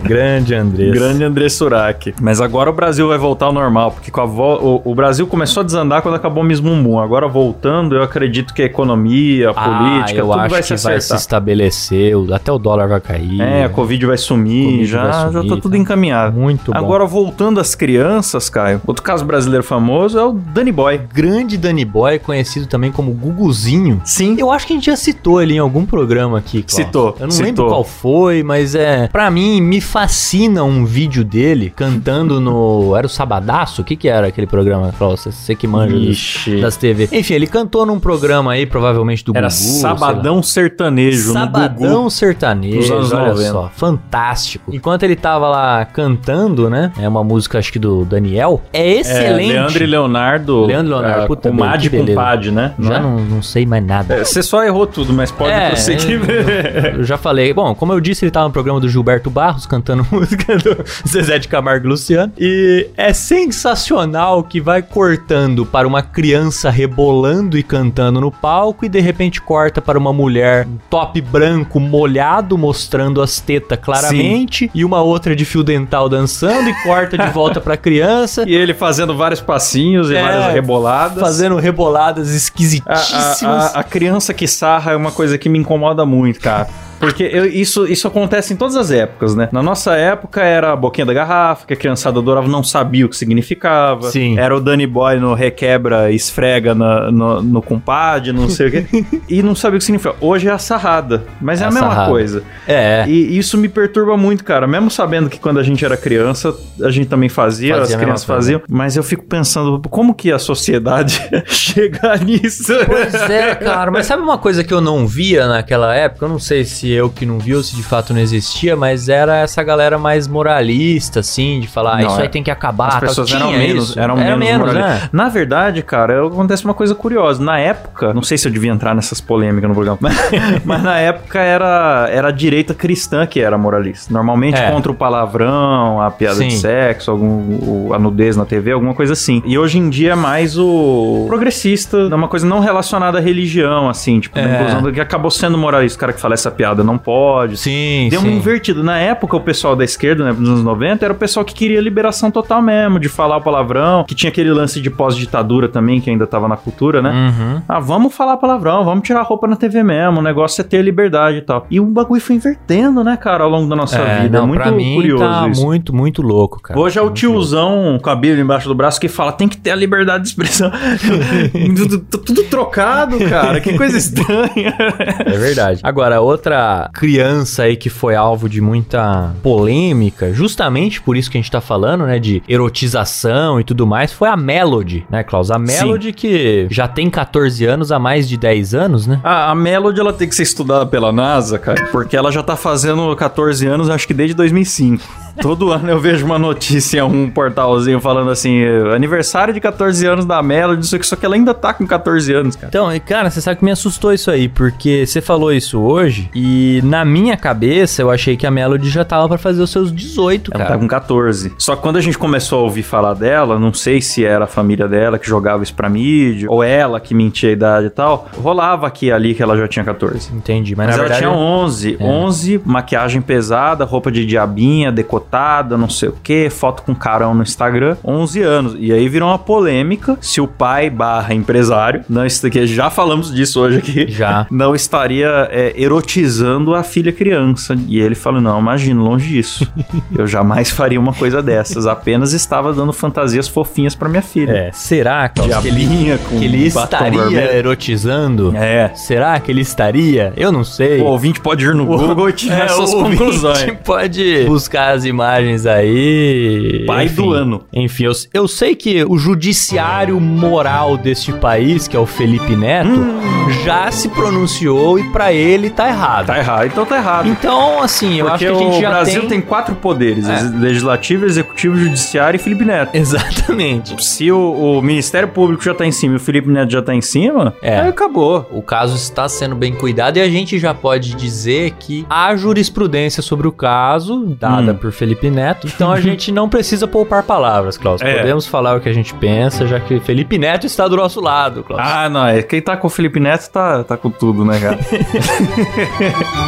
Speaker 2: Grande Andressa.
Speaker 1: É. Grande André Surak. Mas agora o Brasil vai voltar ao normal, porque com a vo- o, o Brasil começou a desandar quando acabou o Miss Bumbum. Agora voltando, eu acredito que a economia, a política,
Speaker 2: Ah, eu
Speaker 1: tudo
Speaker 2: acho
Speaker 1: vai se
Speaker 2: que vai se
Speaker 1: acertar.
Speaker 2: estabelecer, o- até o dólar vai cair.
Speaker 1: É, a Covid vai sumir,
Speaker 2: Covid
Speaker 1: já,
Speaker 2: vai sumir,
Speaker 1: já tá tudo
Speaker 2: tá.
Speaker 1: encaminhado.
Speaker 2: Muito bom.
Speaker 1: Agora, voltando às crianças, Caio, outro caso brasileiro famoso é o Danny Boy.
Speaker 2: grande Danny Boy, conhecido também como Guguzinho.
Speaker 1: Sim.
Speaker 2: Eu acho que a gente já citou ele em algum programa aqui, Klaus.
Speaker 1: Citou,
Speaker 2: Eu não
Speaker 1: citou.
Speaker 2: lembro qual foi, mas é. Pra mim, me fascina um vídeo dele cantando no. Era o Sabadaço? O que que era aquele programa, Klaus? Você que manja dos-
Speaker 1: Ixi.
Speaker 2: das TV. Enfim, ele cantou num programa aí, provavelmente do
Speaker 1: Era
Speaker 2: Gugu. sei lá.
Speaker 1: Sabadão Sertanejo no Gugu.
Speaker 2: Sabadão
Speaker 1: dos
Speaker 2: sertanejo,
Speaker 1: anos
Speaker 2: olha
Speaker 1: 90.
Speaker 2: só, fantástico. Enquanto ele tava lá cantando, né? É uma música acho que do Daniel. É
Speaker 1: É,
Speaker 2: excelente.
Speaker 1: Leandro e Leonardo.
Speaker 2: Leandro e Leonardo,
Speaker 1: ah,
Speaker 2: puta,
Speaker 1: com Mad
Speaker 2: que
Speaker 1: e com
Speaker 2: beleza.
Speaker 1: Pad, né? Não
Speaker 2: Já
Speaker 1: é?
Speaker 2: não, não sei mais nada.
Speaker 1: É, Você só errou tudo, mas pode
Speaker 2: É,
Speaker 1: prosseguir.
Speaker 2: Eu já falei. Bom, como eu disse, ele tava no programa do Gilberto Barros cantando música do Zezé de Camargo e Luciano. E é sensacional que vai cortando para uma criança rebolando e cantando no palco e de repente corta para uma mulher um top branco molhado mostrando as tetas claramente e uma outra de fio dental dançando e corta de volta para criança.
Speaker 1: E ele fazendo vários passinhos e
Speaker 2: É,
Speaker 1: várias reboladas.
Speaker 2: Fazendo reboladas
Speaker 1: A,
Speaker 2: esquisitíssimas.
Speaker 1: a, a- a criança que sarra é uma coisa que me incomoda muito, cara. Porque eu- isso, isso acontece em todas as épocas, né? Na nossa época era a boquinha da garrafa, que a criançada adorava, não sabia o que significava.
Speaker 2: Sim.
Speaker 1: Era o Danny Boy no requebra, esfrega na- no, no compadre, não sei o quê. E não sabia o que significa. Hoje é a sarrada, mas é,
Speaker 2: É
Speaker 1: a
Speaker 2: a
Speaker 1: mesma
Speaker 2: sarrada.
Speaker 1: coisa.
Speaker 2: É.
Speaker 1: E isso me perturba muito, cara. Mesmo sabendo que quando a gente era criança, a gente também fazia,
Speaker 2: Fazia a
Speaker 1: as
Speaker 2: mesma
Speaker 1: crianças
Speaker 2: coisa.
Speaker 1: faziam. Mas eu fico pensando, como que a sociedade chega nisso?
Speaker 2: Pois é, cara. Mas sabe uma coisa que eu não via naquela época? Eu não sei se eu que não vi ou se de fato não existia, mas era essa galera mais moralista, assim, de falar, "Ah,
Speaker 1: Não,
Speaker 2: isso
Speaker 1: é.
Speaker 2: aí tem que acabar.
Speaker 1: As
Speaker 2: tal."
Speaker 1: pessoas
Speaker 2: Tinha
Speaker 1: eram menos,
Speaker 2: isso.
Speaker 1: eram
Speaker 2: Era
Speaker 1: menos, moralistas.
Speaker 2: né?
Speaker 1: Na verdade, cara, é acontece uma coisa curiosa. Na época, não sei se eu devia entrar nessas polêmicas no programa, mas, mas na época era, era a direita cristã que era moralista. Normalmente
Speaker 2: É.
Speaker 1: contra o palavrão, a piada de
Speaker 2: Sim.
Speaker 1: sexo, algum, o- a nudez na TV, alguma coisa assim. E hoje em dia é mais o progressista, é uma coisa não relacionada à religião, assim, tipo,
Speaker 2: É.
Speaker 1: da inclusão do- que acabou sendo moralista. O cara que fala essa piada não pode,
Speaker 2: Sim,
Speaker 1: Deu
Speaker 2: sim.
Speaker 1: uma invertida. Na época, o pessoal da esquerda, né, nos anos 90, era o pessoal que queria liberação total mesmo, de falar o palavrão, que tinha aquele lance de pós-ditadura também, que ainda tava na cultura, né?
Speaker 2: Uhum.
Speaker 1: Ah, vamos falar palavrão, vamos tirar a roupa na TV mesmo, o negócio é ter liberdade e tal. E o bagulho foi invertendo, né, cara, ao longo da nossa
Speaker 2: É,
Speaker 1: vida.
Speaker 2: não,
Speaker 1: muito
Speaker 2: pra mim
Speaker 1: curioso
Speaker 2: tá
Speaker 1: isso.
Speaker 2: muito, muito louco, cara.
Speaker 1: Hoje é o
Speaker 2: Muito
Speaker 1: tiozão com a Bíblia embaixo do braço que fala: tem que ter a liberdade de expressão. tudo, tudo trocado, cara. Que coisa estranha.
Speaker 2: É verdade. Agora, outra criança aí que foi alvo de muita polêmica, justamente por isso que a gente tá falando, né, de erotização e tudo mais, foi a Melody, né, Klaus? A Melody que já tem 14 anos há mais de 10 anos, né?
Speaker 1: A, a Melody ela tem que ser estudada pela NASA, cara, porque ela já tá fazendo 14 anos, acho que desde 2005. Todo ano eu vejo uma notícia, um portalzinho falando assim, aniversário de 14 anos da Melody, isso que só que ela ainda tá com 14 anos, cara.
Speaker 2: Então, e, cara, você sabe que me assustou isso aí, porque você falou isso hoje e na minha cabeça eu achei que a Melody já tava pra fazer os seus 18,
Speaker 1: Ela
Speaker 2: cara.
Speaker 1: tá com 14. Só que quando a gente começou a ouvir falar dela, não sei se era a família dela que jogava isso pra mídia, ou ela que mentia a idade e tal, rolava aqui e ali que ela já tinha 14.
Speaker 2: Entendi, mas,
Speaker 1: Mas
Speaker 2: na
Speaker 1: ela
Speaker 2: verdade É.
Speaker 1: tinha 11. 11, maquiagem pesada, roupa de diabinha, botada, não sei o que, foto com carão no Instagram, 11 anos. E aí virou uma polêmica se o pai barra empresário, não, isso aqui, já falamos disso hoje aqui,
Speaker 2: Já.
Speaker 1: não estaria é, erotizando a filha criança. E ele falou, não, imagina, longe disso. Eu jamais faria uma coisa dessas, apenas estava dando fantasias fofinhas pra minha filha.
Speaker 2: É, será Klaus, que ele,
Speaker 1: Diabinha com
Speaker 2: que ele
Speaker 1: batom
Speaker 2: estaria
Speaker 1: vermelho.
Speaker 2: erotizando?
Speaker 1: É.
Speaker 2: Será que ele estaria? Eu não sei. É,
Speaker 1: O é, ouvinte pode ir no Google e tirar suas
Speaker 2: o ouvinte
Speaker 1: conclusões.
Speaker 2: pode buscar as imagens aí.
Speaker 1: Pai do ano.
Speaker 2: Enfim, eu, eu sei que o judiciário moral deste país, que é o Felipe Neto, já se pronunciou e pra ele tá errado.
Speaker 1: Hum. Tá errado, então tá errado.
Speaker 2: Então, assim, eu
Speaker 1: Porque
Speaker 2: acho que a gente
Speaker 1: o
Speaker 2: já
Speaker 1: Brasil tem... quatro poderes:
Speaker 2: É.
Speaker 1: legislativo, executivo, judiciário e Felipe Neto.
Speaker 2: Exatamente.
Speaker 1: Se o, o Ministério Público já tá em cima e o Felipe Neto já tá em cima,
Speaker 2: É.
Speaker 1: aí acabou.
Speaker 2: O caso está sendo bem cuidado e a gente já pode dizer que há jurisprudência sobre o caso, dada
Speaker 1: Hum.
Speaker 2: por Felipe Neto. Então a gente não precisa poupar palavras, Klaus.
Speaker 1: É.
Speaker 2: Podemos falar o que a gente pensa, já que Felipe Neto está do nosso lado, Klaus.
Speaker 1: Ah, não, é. Quem tá com o Felipe Neto tá, tá com tudo, né, cara?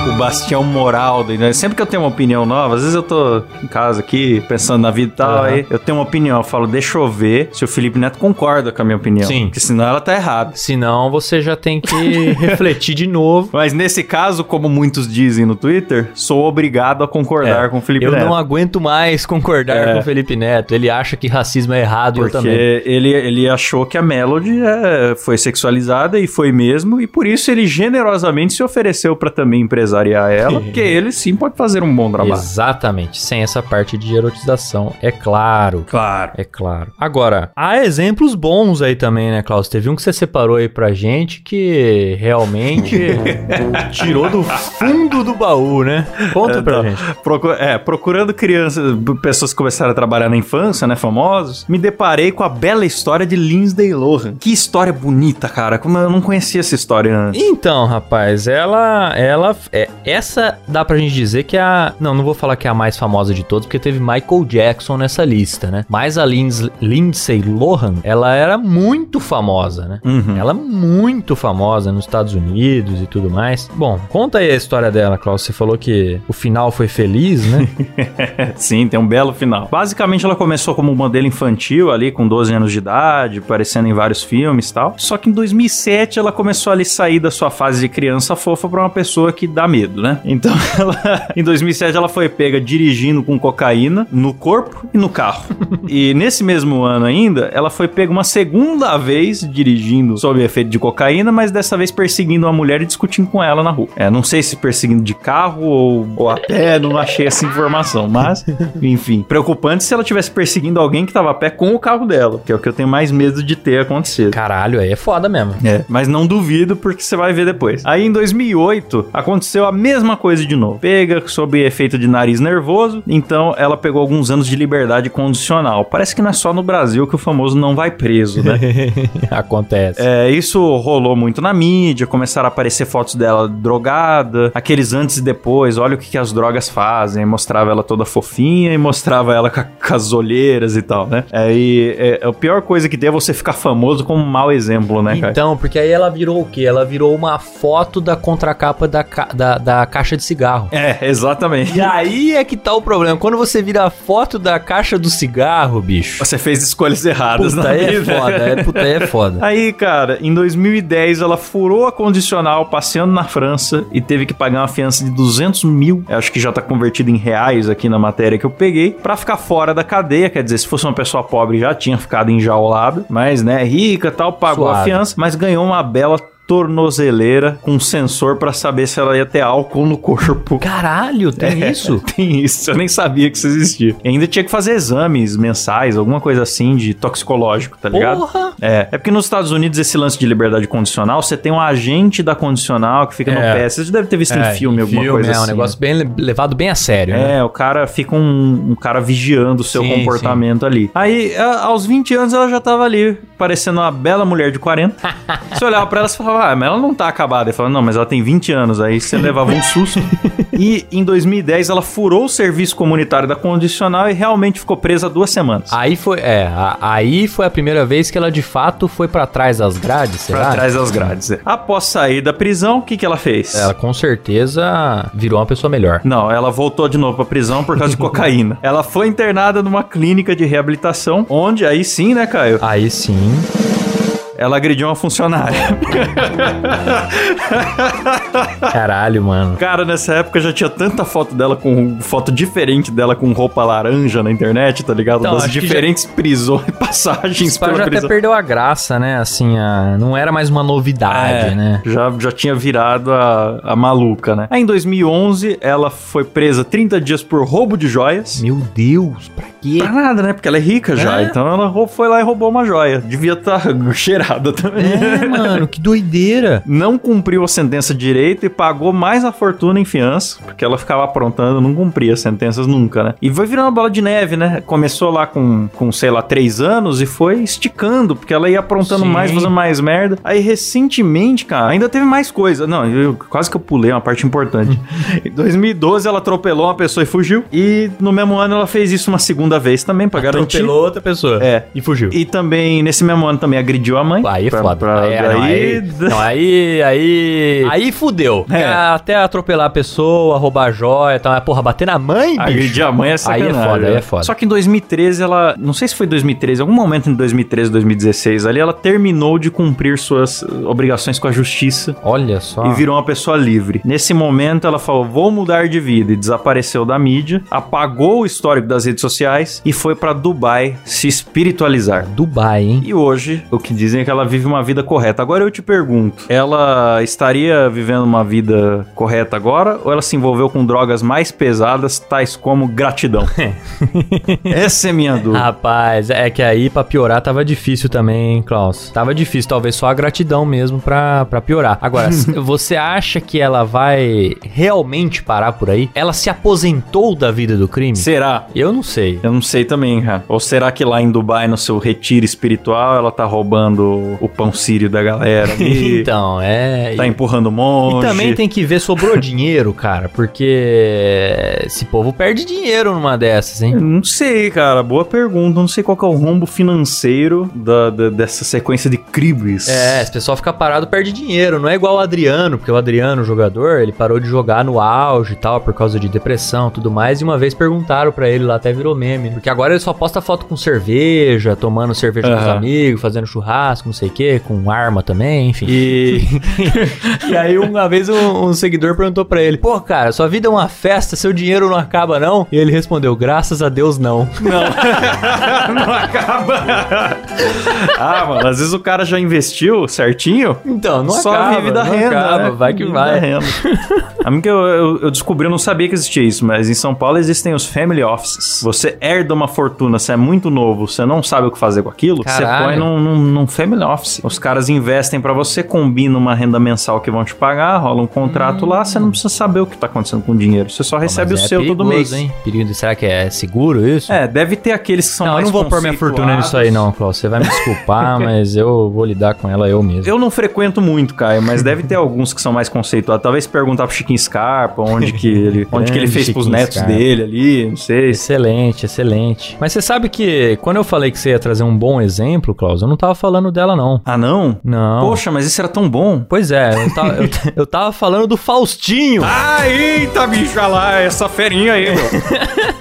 Speaker 1: o bastião moral dele. né? Sempre que eu tenho uma opinião nova, às vezes eu tô em casa aqui, pensando na vida e tal,
Speaker 2: Aham.
Speaker 1: aí eu tenho uma opinião, eu falo, deixa eu ver se o Felipe Neto concorda com a minha opinião.
Speaker 2: Sim.
Speaker 1: Porque senão ela tá errada.
Speaker 2: Senão você já tem que refletir de novo.
Speaker 1: Mas nesse caso, como muitos dizem no Twitter, sou obrigado a concordar
Speaker 2: É,
Speaker 1: com o Felipe
Speaker 2: eu
Speaker 1: Neto.
Speaker 2: não aguento mais concordar
Speaker 1: É.
Speaker 2: com o Felipe Neto. Ele acha que racismo é errado, eu também.
Speaker 1: Porque ele, ele achou que a Melody é, foi sexualizada e foi mesmo, e por isso ele generosamente se ofereceu pra também empresariar ela, porque ele sim pode fazer um bom trabalho.
Speaker 2: Exatamente, sem essa parte de erotização, é claro.
Speaker 1: Claro.
Speaker 2: É claro. Agora, há exemplos bons aí também, né, Klaus? Teve um que você separou aí pra gente que realmente tirou do fundo do baú, né? Conta pra gente.
Speaker 1: Procu- é, procurando crianças, b- pessoas que começaram a trabalhar na infância, né, famosos, me deparei com a bela história de Lindsay Lohan. Que história bonita, cara. Como eu não conhecia essa história antes.
Speaker 2: Então, rapaz, ela. ela é, essa dá pra gente dizer que é a. Não, não vou falar que é a mais famosa de todos, porque teve Michael Jackson nessa lista, né? Mas a Linds- Lindsay Lohan, ela era muito famosa, né?
Speaker 1: Uhum.
Speaker 2: Ela é muito famosa nos Estados Unidos e tudo mais. Bom, conta aí a história dela, Klaus. Você falou que o final foi feliz, né?
Speaker 1: Sim, tem um belo final. Basicamente, ela começou como modelo infantil ali, com 12 anos de idade, aparecendo em vários filmes e tal. Só que em 2007, ela começou ali a sair da sua fase de criança fofa pra uma pessoa que dá medo, né? Então, ela, em 2007, ela foi pega dirigindo com cocaína no corpo e no carro. e nesse mesmo ano ainda, ela foi pega uma segunda vez dirigindo sob efeito de cocaína, mas dessa vez perseguindo uma mulher e discutindo com ela na rua. É, não sei se perseguindo de carro ou, ou a pé, não achei essa informação, mas enfim. Preocupante se ela tivesse perseguindo alguém que tava a pé com o carro dela, que é o que eu tenho mais medo de ter acontecido.
Speaker 2: Caralho, aí é foda mesmo.
Speaker 1: É, mas não duvido porque você vai ver depois. Aí em 2008 aconteceu a mesma coisa de novo. Pega sob efeito de nariz nervoso, então ela pegou alguns anos de liberdade condicional. Parece que não é só no Brasil que o famoso não vai preso, né?
Speaker 2: Acontece.
Speaker 1: É, isso rolou muito na mídia, começaram a aparecer fotos dela drogada, aqueles antes e depois, olha o que, que as drogas fazem, mostrava ela toda fofinha e mostrava ela com, a- com as olheiras e tal, né? É, e é, a pior coisa que tem é você ficar famoso como um mau exemplo, né, cara?
Speaker 2: Então, porque aí ela virou o quê? Ela virou uma foto da contracapa da, ca- da, da caixa de cigarro.
Speaker 1: É, exatamente.
Speaker 2: E aí é que tá o problema. Quando você vira a foto da caixa do cigarro, bicho.
Speaker 1: Você fez escolhas erradas
Speaker 2: Puta,
Speaker 1: na
Speaker 2: aí é
Speaker 1: vida.
Speaker 2: foda. É, puta, aí é foda.
Speaker 1: Aí, cara, em 2010 ela furou a condicional passeando na França e teve que pagar uma fiança de 200 mil, eu acho que já tá convertido em reais aqui na matéria que eu peguei, pra ficar fora da cadeia. Quer dizer, se fosse uma pessoa pobre já tinha ficado enjaulado, mas né, rica e tal, pagou a
Speaker 2: Suave.
Speaker 1: fiança, mas ganhou uma bela tornozeleira com sensor pra saber se ela ia ter álcool no corpo.
Speaker 2: Caralho, tem isso?
Speaker 1: Tem isso, eu nem sabia que isso existia. E ainda tinha que fazer exames mensais, alguma coisa assim de toxicológico, tá ligado?
Speaker 2: Porra!
Speaker 1: É, é porque nos Estados Unidos esse lance de liberdade condicional, você tem um agente da condicional que fica no
Speaker 2: É.
Speaker 1: pé. Você já deve ter visto em filme, alguma
Speaker 2: filme,
Speaker 1: coisa
Speaker 2: é,
Speaker 1: assim.
Speaker 2: um negócio bem le- levado bem a sério, né?
Speaker 1: É, o cara fica um, um cara vigiando o seu
Speaker 2: Sim,
Speaker 1: comportamento ali. Aí, a- aos 20 anos, ela já tava ali parecendo uma bela mulher de 40. Você olhava pra ela e falava, ah, mas ela não tá acabada. Eu falava, não, mas ela tem 20 anos. Aí você levava um susto. E em 2010 ela furou o serviço comunitário da condicional e realmente ficou presa duas semanas.
Speaker 2: Aí foi, é, a- aí foi a primeira vez que ela de fato foi pra trás das grades, será?
Speaker 1: Pra trás das grades. é. Após sair da prisão, o que, que ela fez?
Speaker 2: Ela com certeza virou uma pessoa melhor.
Speaker 1: Não, ela voltou de novo pra prisão por causa de cocaína. Ela foi internada numa clínica de reabilitação, onde aí sim, né, Caio?
Speaker 2: Aí sim.
Speaker 1: Ela agrediu uma funcionária.
Speaker 2: Caralho, mano.
Speaker 1: Cara, nessa época já tinha tanta foto dela com foto diferente dela com roupa laranja na internet, tá ligado?
Speaker 2: Então,
Speaker 1: das
Speaker 2: acho que
Speaker 1: diferentes prisões, passagens
Speaker 2: Esse cara já
Speaker 1: pela
Speaker 2: até
Speaker 1: prisão.
Speaker 2: perdeu a graça, né? Assim, a- não era mais uma novidade,
Speaker 1: É,
Speaker 2: né?
Speaker 1: Já, já tinha virado a, a maluca, né? Aí em 2011, ela foi presa 30 dias por roubo de joias.
Speaker 2: Meu Deus, pra quê?
Speaker 1: Pra nada, né? Porque ela é rica já.
Speaker 2: É.
Speaker 1: Então ela rou- foi lá e roubou uma joia. Devia estar cheirada também.
Speaker 2: É, mano, que doideira.
Speaker 1: Não cumpriu a sentença direito e pagou mais a fortuna em fiança, porque ela ficava aprontando, não cumpria as sentenças nunca, né? E foi virando uma bola de neve, né? Começou lá com, com sei lá, três anos e foi esticando, porque ela ia aprontando
Speaker 2: Sim.
Speaker 1: mais, fazendo mais merda. Aí recentemente, cara, ainda teve mais coisa. Não, eu, quase que eu pulei uma parte importante. em 2012 ela atropelou uma pessoa e fugiu. E no mesmo ano ela fez isso uma segunda vez também, pra garantir.
Speaker 2: Atropelou outra pessoa.
Speaker 1: É.
Speaker 2: E fugiu.
Speaker 1: E também, nesse mesmo ano, também agrediu a mãe.
Speaker 2: Aí é
Speaker 1: Pra-
Speaker 2: foda.
Speaker 1: pra-
Speaker 2: aí, não, aí, não, aí, aí, aí fudeu.
Speaker 1: É.
Speaker 2: Até atropelar a pessoa, roubar a joia e tal. Mas, porra, bater na mãe, bicho.
Speaker 1: Agredir a mãe é
Speaker 2: Aí
Speaker 1: sacanagem.
Speaker 2: é foda, aí
Speaker 1: né?
Speaker 2: é foda.
Speaker 1: Só que em 2013 ela, não sei se foi 2013, algum momento em 2013, 2016 ali, ela terminou de cumprir suas eh, obrigações com a justiça.
Speaker 2: Olha só.
Speaker 1: E virou uma pessoa livre. Nesse momento, ela falou: vou mudar de vida. E desapareceu da mídia, apagou o histórico das redes sociais e foi pra Dubai se espiritualizar.
Speaker 2: Dubai, hein?
Speaker 1: E hoje, o que dizem é que ela vive uma vida correta. Agora eu te pergunto, ela estaria vivendo uma vida correta agora ou ela se envolveu com drogas mais pesadas, tais como gratidão? Essa é minha dúvida.
Speaker 2: Rapaz, é que aí pra piorar tava difícil também, hein, Klaus. Tava difícil, talvez só a gratidão mesmo pra, pra piorar. Agora, se- você acha que ela vai realmente parar por aí? Ela se aposentou da vida do crime?
Speaker 1: Será?
Speaker 2: Eu não sei.
Speaker 1: Eu não sei também, cara. Ou será que lá em Dubai, no seu retiro espiritual, ela tá roubando o pão sírio da galera ali?
Speaker 2: Então, é.
Speaker 1: Tá
Speaker 2: e-
Speaker 1: empurrando monge.
Speaker 2: E também tem que ver, sobrou dinheiro, cara, porque esse povo perde dinheiro numa dessas, hein?
Speaker 1: Eu Não sei, cara. Boa pergunta. Não sei qual que é o rombo financeiro da- da- dessa sequência de crimes.
Speaker 2: É, esse pessoal fica parado, perde dinheiro. Não é igual o Adriano, porque o Adriano, o jogador, ele parou de jogar no auge e tal, por causa de depressão e tudo mais. E uma vez perguntaram pra ele lá, até virou meme. Porque agora ele só posta foto com cerveja, tomando cerveja com os
Speaker 1: Aham.
Speaker 2: amigos, fazendo churrasco, não sei o quê, com arma também, enfim. E, e aí uma vez um, um seguidor perguntou pra ele: Pô, cara, sua vida é uma festa, seu dinheiro não acaba não? E ele respondeu: Graças a Deus não.
Speaker 1: não acaba. ah, mano, às vezes o cara já investiu certinho.
Speaker 2: Então, não
Speaker 1: só
Speaker 2: acaba.
Speaker 1: vive da
Speaker 2: não
Speaker 1: renda.
Speaker 2: acaba,
Speaker 1: né?
Speaker 2: vai que
Speaker 1: Vive
Speaker 2: vai.
Speaker 1: da renda. A mim que eu, eu, eu descobri, eu não sabia que existia isso, mas em São Paulo existem os family offices. Você herda uma fortuna, você é muito novo, você não sabe o que fazer com aquilo, você
Speaker 2: Caralho.
Speaker 1: põe num, num- num family office. Os caras investem pra você, combina uma renda mensal que vão te pagar, rola um contrato lá, você não precisa saber o que tá acontecendo com o dinheiro. Você só recebe o
Speaker 2: Hum. Mas é
Speaker 1: seu todo mês.
Speaker 2: perigoso, Hein? Perigo, será que é seguro isso?
Speaker 1: É, deve ter aqueles que são
Speaker 2: não, eu
Speaker 1: mais
Speaker 2: não vou pôr minha fortuna nisso aí, não, Klaus. Você vai me desculpar, mas eu vou lidar com ela eu mesmo.
Speaker 1: Eu não frequento muito, Caio, mas deve ter alguns que são mais conceituados. Talvez perguntar pro Chiquinho Scarpa onde que ele, né, onde que ele
Speaker 2: Grande
Speaker 1: fez pros
Speaker 2: Chiquinho
Speaker 1: netos
Speaker 2: Scarpa.
Speaker 1: dele ali, não sei.
Speaker 2: Excelente, excelente. Mas você sabe que quando eu falei que você ia trazer um bom exemplo, Klaus, eu não tava falando dela, não.
Speaker 1: Ah, não?
Speaker 2: Não.
Speaker 1: Poxa, mas isso era tão bom.
Speaker 2: Pois é, eu tava, eu, eu tava falando do Faustinho.
Speaker 1: Ah, eita, bicho, olha lá, essa ferinha aí, meu.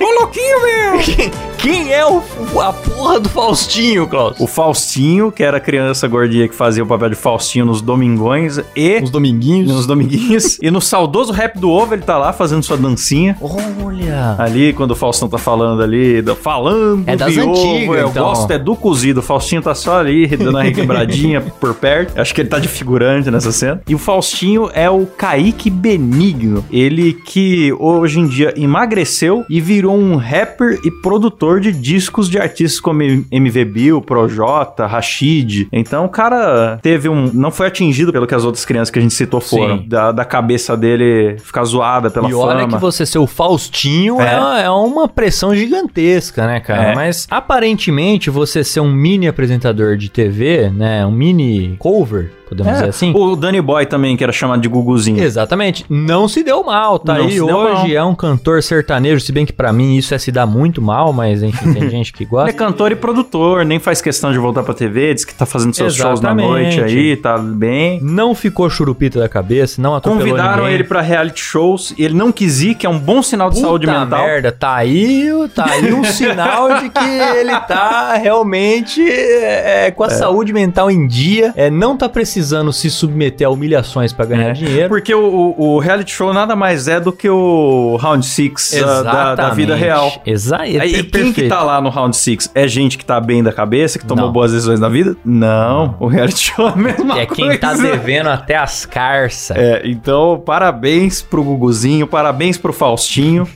Speaker 1: Ô, louquinho, meu!
Speaker 2: Quem é o, a porra do Faustinho, Klaus?
Speaker 1: O Faustinho, que era a criança gordinha que fazia o papel de Faustinho nos Domingões e...
Speaker 2: Os Dominguinhos.
Speaker 1: Nos Dominguinhos. e no saudoso rap do ovo, ele tá lá fazendo sua dancinha.
Speaker 2: Olha.
Speaker 1: Ali, quando o Faustão tá falando ali, da- falando
Speaker 2: Ah. É das
Speaker 1: de ovo,
Speaker 2: antigas,
Speaker 1: eu
Speaker 2: então.
Speaker 1: gosto é do cozido. O Faustinho tá só ali, dando a requebradinha por perto. Acho que ele tá de figurante nessa cena. E o Faustinho é o Kaique Benigno. Ele que hoje em dia emagreceu e virou um rapper e produtor. produtor de discos de artistas como MV Bill, Projota, Rashid. Então o cara teve um. Não foi atingido pelo que as outras crianças que a gente citou foram.
Speaker 2: Sim.
Speaker 1: Da, da cabeça dele ficar zoada pela
Speaker 2: e
Speaker 1: fama.
Speaker 2: olha que você ser o Faustinho
Speaker 1: É.
Speaker 2: é, uma- é uma pressão gigantesca, né, cara?
Speaker 1: É.
Speaker 2: Mas aparentemente você ser um mini apresentador de TV, né? Um mini cover, podemos dizer
Speaker 1: É,
Speaker 2: assim.
Speaker 1: O Danny Boy também, que era chamado de Guguzinho.
Speaker 2: Exatamente. Não se deu mal, tá
Speaker 1: Não
Speaker 2: aí
Speaker 1: se deu
Speaker 2: hoje. É um cantor sertanejo, se bem que pra mim isso é se dar muito mal, mas enfim, tem gente que
Speaker 1: Ele é
Speaker 2: gosta.
Speaker 1: cantor e produtor, nem faz questão de voltar pra TV, diz que tá fazendo seus shows na
Speaker 2: Exatamente.
Speaker 1: noite aí, tá bem.
Speaker 2: Não ficou churupita da cabeça, não atropelou
Speaker 1: Convidaram
Speaker 2: ninguém.
Speaker 1: ele pra reality shows e ele não quis ir, que é um bom sinal de
Speaker 2: Puta
Speaker 1: saúde mental.
Speaker 2: merda, tá aí, tá aí um sinal de que ele tá realmente é, com a saúde mental em dia, é, não tá precisando se submeter a humilhações pra
Speaker 1: É.
Speaker 2: ganhar dinheiro.
Speaker 1: Porque o, o- o reality show nada mais é do que o Round six da, da- da vida real.
Speaker 2: Exato.
Speaker 1: Aí, e quem que tá lá no Round six É gente que tá bem da cabeça, que tomou
Speaker 2: Não.
Speaker 1: boas decisões na vida? Não, o reality show é a mesma
Speaker 2: É
Speaker 1: coisa.
Speaker 2: quem tá devendo até as carças.
Speaker 1: É, então, parabéns pro Guguzinho, parabéns pro Faustinho.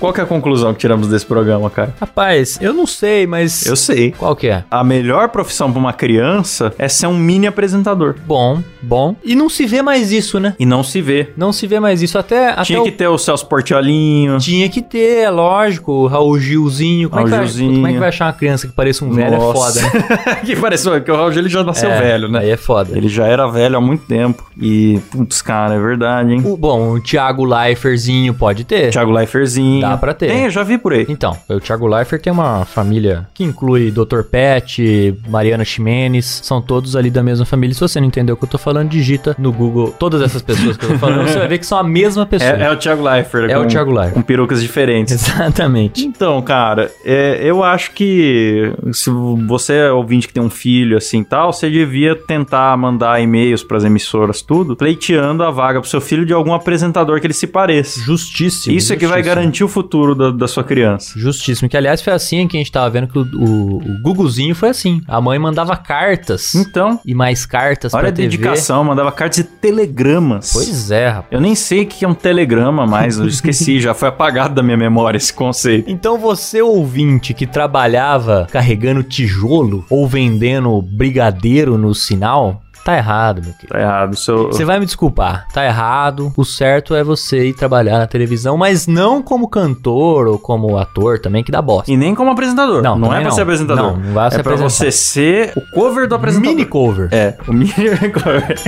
Speaker 1: Qual que é a conclusão que tiramos desse programa, cara?
Speaker 2: Rapaz, eu não sei, mas...
Speaker 1: Eu sei.
Speaker 2: Qual que é?
Speaker 1: A melhor profissão pra uma criança é ser um mini apresentador.
Speaker 2: Bom, bom. E não se vê mais isso, né?
Speaker 1: E não se vê.
Speaker 2: Não se vê mais isso. Até, até
Speaker 1: Tinha
Speaker 2: o
Speaker 1: que ter o Celso Portiolinho.
Speaker 2: Tinha que ter, é lógico. O Raul Gilzinho. Como,
Speaker 1: Raul
Speaker 2: é que vai-
Speaker 1: Gilzinho.
Speaker 2: como é que vai achar uma criança que pareça um velho?
Speaker 1: Nossa.
Speaker 2: É foda, né?
Speaker 1: que pareceu que o Raul ele já nasceu
Speaker 2: É,
Speaker 1: velho, né?
Speaker 2: Aí é foda.
Speaker 1: Ele já era velho há muito tempo. E, putz, cara, é verdade, hein?
Speaker 2: O, bom, o Thiago Leiferzinho pode ter.
Speaker 1: Thiago Leiferzinho.
Speaker 2: Dá pra ter.
Speaker 1: Tem, eu já vi por aí.
Speaker 2: Então, o Thiago Leifert tem uma família que inclui Dr. Pet, Mariana Ximenes, são todos ali da mesma família. Se você não entendeu o que eu tô falando, digita no Google todas essas pessoas que eu tô falando, você vai ver que são a mesma pessoa.
Speaker 1: É, é o Thiago Leifert.
Speaker 2: É o
Speaker 1: com-
Speaker 2: Thiago Leifert.
Speaker 1: Com perucas diferentes.
Speaker 2: Exatamente.
Speaker 1: Então, cara, é, eu acho que se você é ouvinte que tem um filho assim e tal, você devia tentar mandar e-mails pras emissoras, tudo, pleiteando a vaga pro seu filho de algum apresentador que ele se pareça.
Speaker 2: Justíssimo.
Speaker 1: Isso é que vai
Speaker 2: justíssimo.
Speaker 1: garantir o futuro da, da sua criança.
Speaker 2: Justíssimo. Que, aliás, foi assim que a gente tava vendo que o, o, o Guguzinho foi assim. A mãe mandava cartas
Speaker 1: Então,
Speaker 2: e mais cartas
Speaker 1: olha
Speaker 2: pra
Speaker 1: a
Speaker 2: TV.
Speaker 1: dedicação, mandava cartas e telegramas.
Speaker 2: Pois é, rapaz.
Speaker 1: Eu nem sei o que é um telegrama mais, eu esqueci, já foi apagado da minha memória esse conceito.
Speaker 2: Então você, ouvinte, que trabalhava carregando tijolo ou vendendo brigadeiro no sinal, tá errado, meu querido.
Speaker 1: Tá errado, seu...
Speaker 2: Você vai me desculpar, tá errado. O certo é você ir trabalhar na televisão, mas não como cantor ou como ator também, que dá bosta.
Speaker 1: E nem como apresentador. Não,
Speaker 2: Não,
Speaker 1: é
Speaker 2: também
Speaker 1: pra
Speaker 2: não.
Speaker 1: ser apresentador.
Speaker 2: Não, não vai
Speaker 1: é
Speaker 2: se
Speaker 1: pra
Speaker 2: apresentar.
Speaker 1: você ser o cover do apresentador.
Speaker 2: Mini cover.
Speaker 1: É, o Miracle.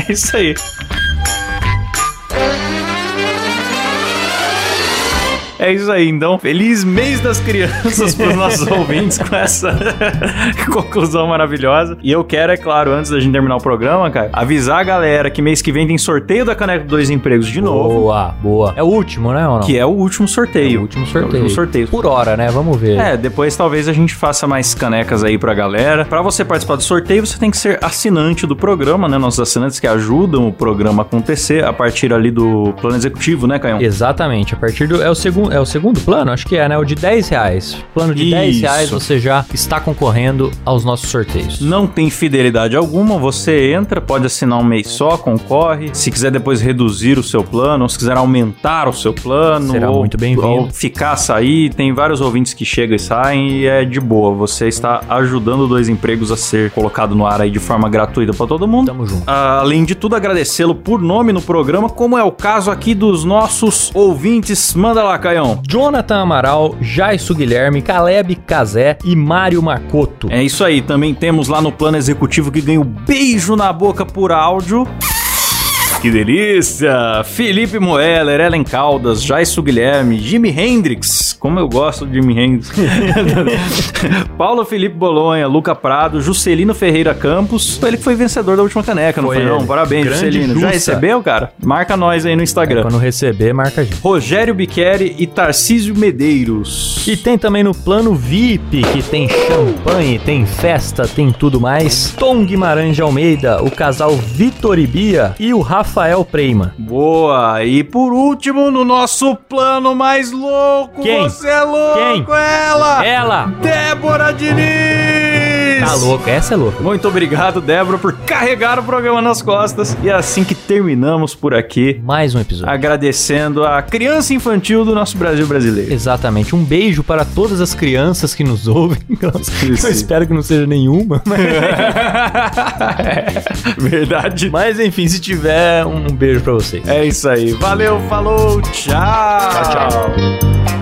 Speaker 1: É isso aí. É isso aí, então. Feliz mês das crianças para os nossos ouvintes com essa conclusão maravilhosa. E eu quero, é claro, antes da gente terminar o programa, cara, avisar a galera que mês que vem tem sorteio da Caneca Dois Empregos de novo,
Speaker 2: Boa, boa. É o último, né, ou não?
Speaker 1: que é o último
Speaker 2: É
Speaker 1: sorteio.
Speaker 2: o último
Speaker 1: É o
Speaker 2: sorteio.
Speaker 1: último sorteio.
Speaker 2: Por hora, né? Vamos ver.
Speaker 1: É, depois talvez a gente faça mais canecas aí pra galera. Pra você participar do sorteio, você tem que ser assinante do programa, né? Nossos assinantes que ajudam o programa a acontecer a partir ali do plano executivo, né, Caio?
Speaker 2: Exatamente, a partir do. É o, segundo, é o segundo plano? Acho que é, né? O de 10 reais. Plano de 10
Speaker 1: Isso.
Speaker 2: reais você já está concorrendo aos nossos sorteios.
Speaker 1: Não tem fidelidade alguma, você entra, pode assinar um mês só, concorre. Se quiser depois reduzir o seu plano, ou se quiser aumentar o seu plano,
Speaker 2: Será
Speaker 1: ou,
Speaker 2: muito bem-vindo.
Speaker 1: ou ficar, sair, tem vários ouvintes que chegam e saem e é de boa. Você está ajudando dois empregos a ser colocado no ar aí de forma gratuita pra todo mundo.
Speaker 2: Tamo junto.
Speaker 1: Ah, Além de tudo, agradecê-lo por nome no programa, como é o caso aqui dos nossos ouvintes. Manda lá, Caião.
Speaker 2: Jonathan Amaral, Jaisso Guilherme, Caleb Cazé e Mário Macoto.
Speaker 1: É isso aí, também temos lá no plano executivo que ganha o beijo na boca por áudio. Que delícia! Felipe Moeller, Ellen Caldas, Jaisso Guilherme, Jimi Hendrix, como eu gosto de Jimi Hendrix, Paulo Felipe Bolonha, Luca Prado, Juscelino Ferreira Campos, ele que foi vencedor da última caneca, não
Speaker 2: Foi
Speaker 1: foi, não?
Speaker 2: ele.
Speaker 1: Parabéns,
Speaker 2: Grande
Speaker 1: Juscelino. Já
Speaker 2: Jussa.
Speaker 1: recebeu, cara? Marca nós aí no Instagram.
Speaker 2: Quando receber, marca a gente.
Speaker 1: Rogério Biqueri e Tarcísio Medeiros.
Speaker 2: E tem também no plano VIP, que tem champanhe, tem festa, tem tudo mais. Tom Guimarães de Almeida, o casal Vitor e Bia e o Rafael Preima.
Speaker 1: Boa! E por último, no nosso plano mais louco,
Speaker 2: Quem?
Speaker 1: você é louco,
Speaker 2: Quem?
Speaker 1: ela!
Speaker 2: Ela!
Speaker 1: Débora Diniz!
Speaker 2: Tá louco, essa é louca.
Speaker 1: Muito obrigado, Débora, por carregar o programa nas costas. E é assim que terminamos por aqui,
Speaker 2: Mais um episódio.
Speaker 1: agradecendo a criança infantil do nosso Brasil brasileiro.
Speaker 2: Exatamente. Um beijo para todas as crianças que nos ouvem.
Speaker 1: Isso.
Speaker 2: Eu espero que não seja nenhuma, mas...
Speaker 1: Verdade.
Speaker 2: mas enfim, se tiver, um beijo para vocês.
Speaker 1: É isso aí. Valeu, falou, tchau. Tchau, tchau.